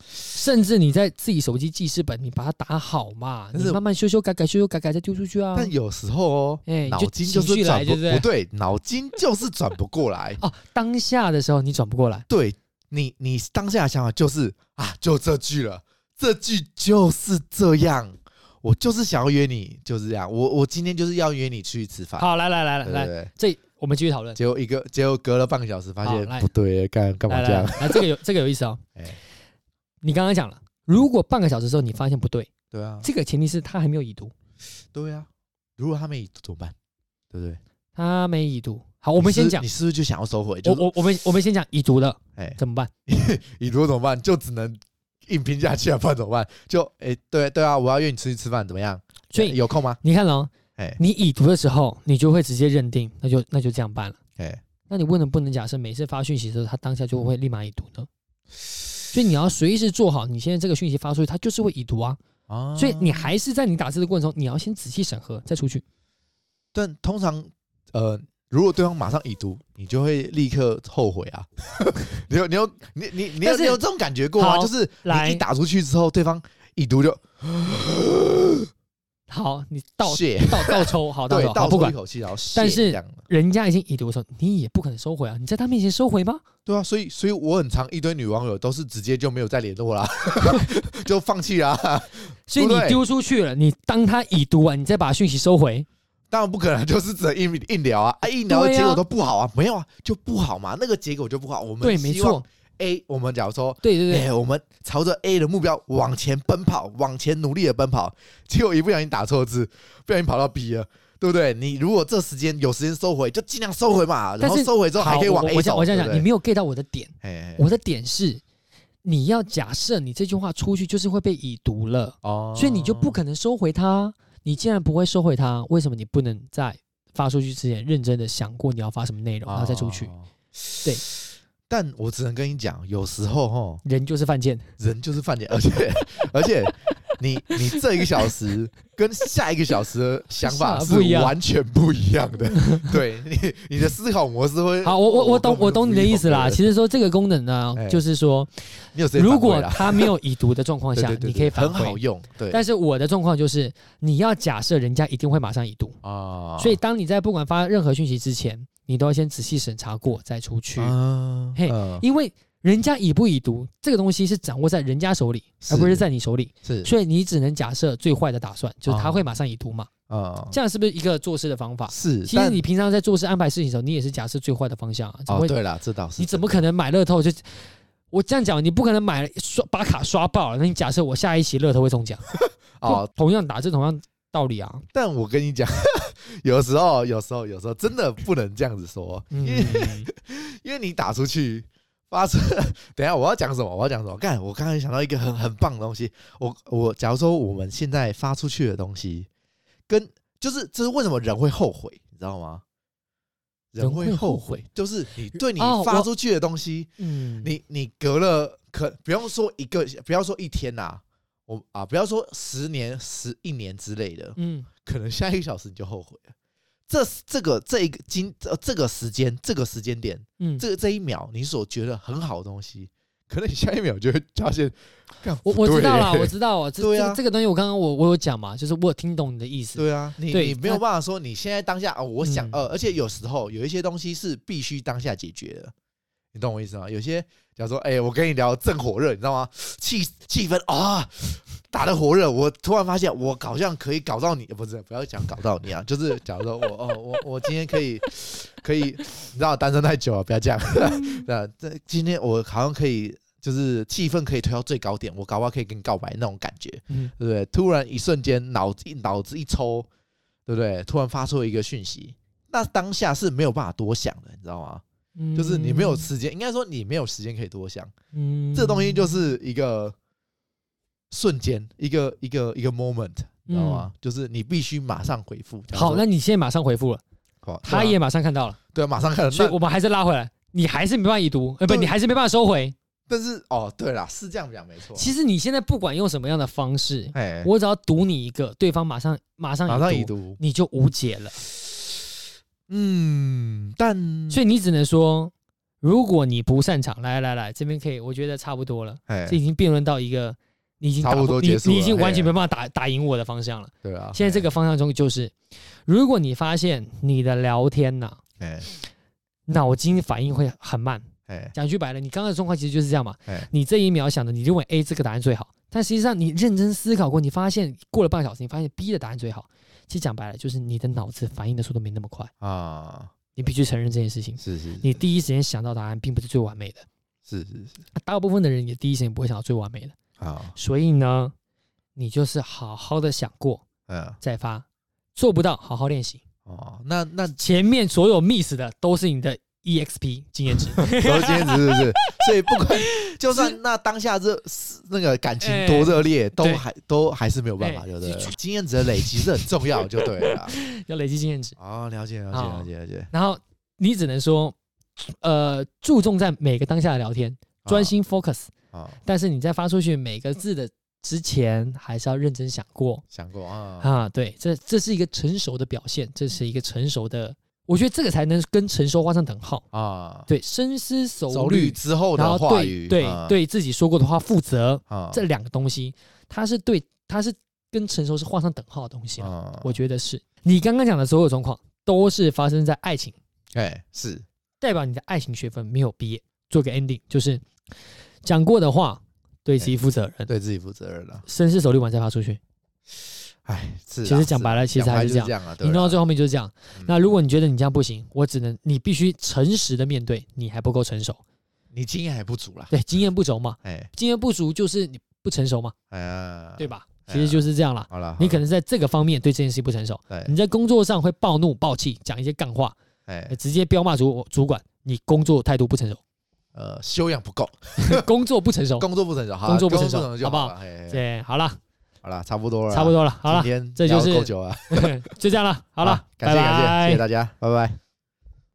[SPEAKER 2] 甚至你在自己手机记事本，你把它打好嘛，
[SPEAKER 1] 但是
[SPEAKER 2] 你慢慢修修改改修修改改再丢出去啊。
[SPEAKER 1] 但有时候哦，
[SPEAKER 2] 哎，你
[SPEAKER 1] 脑
[SPEAKER 2] 就
[SPEAKER 1] 筋
[SPEAKER 2] 情
[SPEAKER 1] 是
[SPEAKER 2] 绪
[SPEAKER 1] 转
[SPEAKER 2] 来，
[SPEAKER 1] 不
[SPEAKER 2] 对不对。
[SPEAKER 1] 不？对，脑筋就是转不过来 *laughs*
[SPEAKER 2] 哦，当下的时候你转不过来，
[SPEAKER 1] 对你，你当下的想法就是啊，就这句了，这句就是这样，我就是想要约你，就是这样，我我今天就是要约你出去吃饭，
[SPEAKER 2] 好，来来来来
[SPEAKER 1] 啊对
[SPEAKER 2] 来
[SPEAKER 1] 对，对。
[SPEAKER 2] 这我们继续讨论。
[SPEAKER 1] 结果一个，结果隔了半个小时，发
[SPEAKER 2] 好
[SPEAKER 1] 现
[SPEAKER 2] 来
[SPEAKER 1] 不对，干干嘛
[SPEAKER 2] 来
[SPEAKER 1] 这
[SPEAKER 2] 来
[SPEAKER 1] 样？
[SPEAKER 2] 来，来这个有这个有意思哦。
[SPEAKER 1] *laughs* 哎，
[SPEAKER 2] 你刚刚讲了，如果半个小时之后你发现不对，
[SPEAKER 1] 对啊，
[SPEAKER 2] 这个前提是他还没有已读，
[SPEAKER 1] 对啊，如果他没怎么办？对不对？
[SPEAKER 2] 他没已读。好，我们
[SPEAKER 1] 你是
[SPEAKER 2] 先讲
[SPEAKER 1] 你，是不是就想要收回？就
[SPEAKER 2] 我
[SPEAKER 1] 是
[SPEAKER 2] 我我们我们先讲已读的
[SPEAKER 1] 哎，
[SPEAKER 2] 怎么办？
[SPEAKER 1] 你如果怎么办？就只能硬拼下去啊，不然怎么办？就哎、对对啊，我要约你出去吃饭，怎么样？哎
[SPEAKER 2] 所以
[SPEAKER 1] 有空吗？
[SPEAKER 2] 你看哦，
[SPEAKER 1] 哎
[SPEAKER 2] 你已读的时候，你就会直接认定，那就那就这样办了。
[SPEAKER 1] 哎，
[SPEAKER 2] 那你为什么不能假设每次发讯息的时候，他当下就会立马已读
[SPEAKER 1] 嗯
[SPEAKER 2] 呢？所以你要随时做好，你现在这个讯息发出去，他就是会已读啊。
[SPEAKER 1] 啊
[SPEAKER 2] 所以你还是在你打字的过程中，你要先仔细审核再出去。
[SPEAKER 1] 但通常呃，如果对方马上已读，你就会立刻后悔啊。 *laughs* 你有你有你你你有
[SPEAKER 2] 但是
[SPEAKER 1] 你有这种感觉过吗？
[SPEAKER 2] 好
[SPEAKER 1] 就是
[SPEAKER 2] 来
[SPEAKER 1] 你一打出去之后，对方已读就
[SPEAKER 2] 好，你倒
[SPEAKER 1] 谢，
[SPEAKER 2] 倒倒抽，好倒
[SPEAKER 1] 对
[SPEAKER 2] 抽，，好
[SPEAKER 1] 倒
[SPEAKER 2] 不
[SPEAKER 1] 抽
[SPEAKER 2] 管
[SPEAKER 1] 一。口气，然后谢
[SPEAKER 2] 但是
[SPEAKER 1] 这样
[SPEAKER 2] 人家已经已读的时候，你也不可能收回啊！你在他面前收回吗？
[SPEAKER 1] 对啊，所以所以我很常一堆女网友都是直接就没有再联络啦， *laughs* 就放弃啦。
[SPEAKER 2] 所
[SPEAKER 1] 对
[SPEAKER 2] 以
[SPEAKER 1] 不
[SPEAKER 2] 你
[SPEAKER 1] 对
[SPEAKER 2] 丢出去了，你当他已读完，你再把讯息收回，
[SPEAKER 1] 当然不可能，就是只能硬硬聊啊，啊硬聊的
[SPEAKER 2] 对啊
[SPEAKER 1] 结果都不好啊，没有啊，就不好嘛，那个结果就不好。我们
[SPEAKER 2] 对，没
[SPEAKER 1] 希望
[SPEAKER 2] 错，
[SPEAKER 1] A，我们假如说，
[SPEAKER 2] 对对
[SPEAKER 1] 哎、
[SPEAKER 2] 对，
[SPEAKER 1] 我们朝着 A 的目标往前奔跑，往前努力的奔跑，结果一不小心打错字，不小心跑到 B 了，对不对？你如果这时间有时间收回，就尽量收回嘛，然
[SPEAKER 2] 但
[SPEAKER 1] 后
[SPEAKER 2] 是
[SPEAKER 1] 收回之后还
[SPEAKER 2] 好
[SPEAKER 1] 可以往
[SPEAKER 2] 我
[SPEAKER 1] A
[SPEAKER 2] 我这样
[SPEAKER 1] 走。
[SPEAKER 2] 我这样
[SPEAKER 1] 对
[SPEAKER 2] 讲，
[SPEAKER 1] 不
[SPEAKER 2] 你
[SPEAKER 1] 对
[SPEAKER 2] 没有 get 到我的点，
[SPEAKER 1] 哎
[SPEAKER 2] 我的点是你要假设你这句话出去就是会被已读了，
[SPEAKER 1] 哦
[SPEAKER 2] 所以你就不可能收回它。你既然不会收回它，为什么你不能在发出去之前认真的想过你要发什么内容，然后再出去？
[SPEAKER 1] 哦
[SPEAKER 2] 对，
[SPEAKER 1] 但我只能跟你讲，有时候哈，
[SPEAKER 2] 人就是犯贱，
[SPEAKER 1] 人就是犯贱，而且而且你你这一个小时跟下一个小时的想法
[SPEAKER 2] 想
[SPEAKER 1] 是
[SPEAKER 2] 法不一样
[SPEAKER 1] 完全不一样的，对你你的思考模式会
[SPEAKER 2] 好，我我我懂
[SPEAKER 1] 根本
[SPEAKER 2] 我懂你的意思啦。
[SPEAKER 1] 就
[SPEAKER 2] 其实说这个功能呢
[SPEAKER 1] 哎，
[SPEAKER 2] 就是说，
[SPEAKER 1] 不一样对你有时间
[SPEAKER 2] 如
[SPEAKER 1] 反馈
[SPEAKER 2] 果
[SPEAKER 1] 啦
[SPEAKER 2] 他没有已读的状况
[SPEAKER 1] 对
[SPEAKER 2] 下
[SPEAKER 1] 对，对
[SPEAKER 2] 你
[SPEAKER 1] 对
[SPEAKER 2] 可以反
[SPEAKER 1] 很好
[SPEAKER 2] 悔。
[SPEAKER 1] 用，对
[SPEAKER 2] 但是我的状况就是，你要假设人家一定会马上已读，
[SPEAKER 1] 啊
[SPEAKER 2] 所以当你在不管发任何讯息之前，你都要先仔细审查过再出去，
[SPEAKER 1] 啊
[SPEAKER 2] 嘿
[SPEAKER 1] 嗯
[SPEAKER 2] 因为人家已不已读这个东西是掌握在人家手里，而不是在你手里，
[SPEAKER 1] 是
[SPEAKER 2] 所以你只能假设最坏的打算，就是他
[SPEAKER 1] 哦
[SPEAKER 2] 会马上已读嘛。
[SPEAKER 1] 啊
[SPEAKER 2] 这样是不是一个做事的方法？
[SPEAKER 1] 是，
[SPEAKER 2] 其实
[SPEAKER 1] 但
[SPEAKER 2] 你平常在做事安排事情的时候，你也是假设最坏的方向啊，怎么
[SPEAKER 1] 哦
[SPEAKER 2] 会
[SPEAKER 1] 对啦，这倒是
[SPEAKER 2] 你怎么可能买乐透就？我这样讲，你不可能买了刷把卡刷爆了。那你假设我下一期乐透会中奖，
[SPEAKER 1] 哦
[SPEAKER 2] 就，同样打字同样道理啊。
[SPEAKER 1] 但我跟你讲， *laughs* 有时候有时候有时候真的不能这样子说，因为
[SPEAKER 2] 嗯，
[SPEAKER 1] 因为你打出去发出， *laughs* 等一下我要讲什么？我要讲什么？干，我刚才想到一个很很棒的东西。我我假如说我们现在发出去的东西，跟就是这是为什么人会后悔，你知道吗？ *laughs* 人
[SPEAKER 2] 人
[SPEAKER 1] 会
[SPEAKER 2] 会后
[SPEAKER 1] 后悔，就是你哦对你
[SPEAKER 2] 哦
[SPEAKER 1] 发
[SPEAKER 2] 我
[SPEAKER 1] 出去的东西，
[SPEAKER 2] 嗯，
[SPEAKER 1] 你你隔了可不用说一个，不要说一天呐、我啊不要说十年、十一年之类的，
[SPEAKER 2] 嗯，
[SPEAKER 1] 可能下一个小时你就后悔了。这这个这一个今呃这个时间这个时间点，
[SPEAKER 2] 嗯，
[SPEAKER 1] 这这一秒你所觉得很好的东西，可能你下一秒就会发现，干
[SPEAKER 2] 我
[SPEAKER 1] 不
[SPEAKER 2] 我知道啦，
[SPEAKER 1] *laughs* 对
[SPEAKER 2] 我知道啊，这
[SPEAKER 1] 对
[SPEAKER 2] 这
[SPEAKER 1] 啊
[SPEAKER 2] 个这个东西我刚刚我我有讲嘛，就是我有听懂你的意思。
[SPEAKER 1] 对啊，你
[SPEAKER 2] 对
[SPEAKER 1] 你没有办法说你现在当下哦，我想
[SPEAKER 2] 嗯
[SPEAKER 1] 呃，而且有时候有一些东西是必须当下解决的，你懂我意思吗？有些假如说，哎、我跟你聊正火热，你知道吗？气气氛啊，打得火热，我突然发现我好像可以搞到你，呃不是不要讲搞到你啊， *laughs* 就是假如说我哦我我今天可以可以，你知道单身太久了，啊不要这样，*laughs*
[SPEAKER 2] 嗯
[SPEAKER 1] 那这今天我好像可以。就是气氛可以推到最高点，我搞不好可以跟你告白那种感觉，
[SPEAKER 2] 嗯，
[SPEAKER 1] 对不对？突然一瞬间脑子一脑子一抽，对不对？突然发出一个讯息，那当下是没有办法多想的，你知道吗？
[SPEAKER 2] 嗯
[SPEAKER 1] 就是你没有，时间，应该说你没有时间可以多想。
[SPEAKER 2] 嗯
[SPEAKER 1] 这东西就是一个瞬间，一个一个一个 moment，你知道吗？就是你必须马上回复。假如说
[SPEAKER 2] 嗯好。那你现在马上回复了，
[SPEAKER 1] 好对
[SPEAKER 2] 他
[SPEAKER 1] 啊
[SPEAKER 2] 也马上看到了，
[SPEAKER 1] 对啊，马上看得
[SPEAKER 2] 所以
[SPEAKER 1] 到。
[SPEAKER 2] 我们还是拉回来，你还是没办法已读，呃，不，
[SPEAKER 1] 对
[SPEAKER 2] 你还是没办法收回。
[SPEAKER 1] 但是哦，对啦，是这样讲没错。
[SPEAKER 2] 其实你现在不管用什么样的方式，
[SPEAKER 1] 哎，
[SPEAKER 2] 我只要毒你一个，对方马上马上
[SPEAKER 1] 马上
[SPEAKER 2] 已
[SPEAKER 1] 已
[SPEAKER 2] 读，
[SPEAKER 1] 读。
[SPEAKER 2] 你就无解了。
[SPEAKER 1] 嗯，但
[SPEAKER 2] 所以你只能说，如果你不擅长，来来来，这边可以，我觉得差不多了。
[SPEAKER 1] 哎
[SPEAKER 2] 这，已经辩论到一个你已经打
[SPEAKER 1] 差不多结束了
[SPEAKER 2] 你，你已经完全
[SPEAKER 1] 嘿
[SPEAKER 2] 没办法打打赢我的方向了。
[SPEAKER 1] 对啊。
[SPEAKER 2] 现在这个方向中就是，如果你发现你的聊天呐、
[SPEAKER 1] 哎，
[SPEAKER 2] 脑筋反应会很慢。
[SPEAKER 1] 哎
[SPEAKER 2] 讲句白了，你刚刚的状况其实就是这样嘛
[SPEAKER 1] 哎。
[SPEAKER 2] 你这一秒想的，你认为 A 这个答案最好，但实际上你认真思考过，你发现过了半个小时，你发现 B 的答案最好。其实讲白了，就是你的脑子反应的速度没那么快，
[SPEAKER 1] 哎啊，
[SPEAKER 2] 你必须承认这件事情。
[SPEAKER 1] 是是
[SPEAKER 2] 你第一时间想到答案并不是最完美的，
[SPEAKER 1] 是是是，
[SPEAKER 2] 大部分的人也第一时间不会想到最完美的。
[SPEAKER 1] 好，
[SPEAKER 2] 所以呢，你就是好好的想过
[SPEAKER 1] 嗯，
[SPEAKER 2] 再发，做不到好好练习。
[SPEAKER 1] 哦，那那
[SPEAKER 2] 前面所有 miss 的都是你的 exp 经验值， *laughs*
[SPEAKER 1] 都兼职是不是？所以不管，就算那当下热那个感情多热烈，都
[SPEAKER 2] 对
[SPEAKER 1] 还都还是没有办法，就对了
[SPEAKER 2] 哎
[SPEAKER 1] 经验值的累积是很重要，就对
[SPEAKER 2] *laughs*
[SPEAKER 1] 了啦。
[SPEAKER 2] 要累积经验值。
[SPEAKER 1] 哦，了解了解
[SPEAKER 2] 好
[SPEAKER 1] 了解了解，
[SPEAKER 2] 然后你只能说，呃，注重在每个当下的聊天，
[SPEAKER 1] 啊
[SPEAKER 2] 专心 focus。
[SPEAKER 1] 啊，
[SPEAKER 2] 但是你在发出去每个字的之前，还是要认真想过
[SPEAKER 1] 想过啊，
[SPEAKER 2] 啊。对，这这是一个成熟的表现，这是一个成熟的，我觉得这个才能跟成熟画上等号。
[SPEAKER 1] 啊，
[SPEAKER 2] 对，深思熟
[SPEAKER 1] 走绿
[SPEAKER 2] 虑，
[SPEAKER 1] 之后
[SPEAKER 2] 然
[SPEAKER 1] 的
[SPEAKER 2] 后
[SPEAKER 1] 话
[SPEAKER 2] 对
[SPEAKER 1] 语，
[SPEAKER 2] 对
[SPEAKER 1] 啊
[SPEAKER 2] 对自己说过的话负责，
[SPEAKER 1] 啊，
[SPEAKER 2] 这两个东西，它是对，它是跟成熟是画上等号的东西啊。
[SPEAKER 1] 啊，
[SPEAKER 2] 我觉得是你刚刚讲的所有状况都是发生在爱情，
[SPEAKER 1] 哎是
[SPEAKER 2] 代表你的爱情学分没有毕业。做个 ending，就是讲过的话对自己负责任，
[SPEAKER 1] 对自己负责任了，
[SPEAKER 2] 深思熟虑完再发出去。
[SPEAKER 1] 哎，是啊。
[SPEAKER 2] 其实讲白
[SPEAKER 1] 是啊
[SPEAKER 2] 了其实
[SPEAKER 1] 讲白
[SPEAKER 2] 还是
[SPEAKER 1] 就
[SPEAKER 2] 这
[SPEAKER 1] 是
[SPEAKER 2] 样
[SPEAKER 1] 这样啊，对
[SPEAKER 2] 你弄到
[SPEAKER 1] 啦
[SPEAKER 2] 最后面就是这样。
[SPEAKER 1] 嗯
[SPEAKER 2] 那如果你觉得你这样不行，我只能你必须诚实的面对，你还不够成熟，
[SPEAKER 1] 你经验还不足啦，
[SPEAKER 2] 对，经验不足嘛，
[SPEAKER 1] 哎
[SPEAKER 2] 经验不足就是你不成熟嘛，
[SPEAKER 1] 哎呀，
[SPEAKER 2] 对？吧？
[SPEAKER 1] 哎
[SPEAKER 2] 其实就是这样啦。
[SPEAKER 1] 好了，
[SPEAKER 2] 你可
[SPEAKER 1] 能
[SPEAKER 2] 能在这个方面对这件事不成熟，你
[SPEAKER 1] 啊对，
[SPEAKER 2] 在工作上会暴怒、暴气，讲一些干话，
[SPEAKER 1] 哎
[SPEAKER 2] 直接彪骂主主管，你工作态度不成熟，
[SPEAKER 1] 呃，修养不够， *laughs*
[SPEAKER 2] 工作不成熟。
[SPEAKER 1] 工作不成熟，好啦
[SPEAKER 2] 工作不成
[SPEAKER 1] 成
[SPEAKER 2] 熟
[SPEAKER 1] 就
[SPEAKER 2] 好不好
[SPEAKER 1] 了？哎哎哎
[SPEAKER 2] 对，好了，
[SPEAKER 1] 好了，差不多了，
[SPEAKER 2] 差不多了，好了
[SPEAKER 1] 啊今，天
[SPEAKER 2] 这就是
[SPEAKER 1] 聊得够久啊。
[SPEAKER 2] *laughs* 就这样了，好了，
[SPEAKER 1] 感谢
[SPEAKER 2] 拜拜
[SPEAKER 1] 感谢，谢谢大家，拜拜。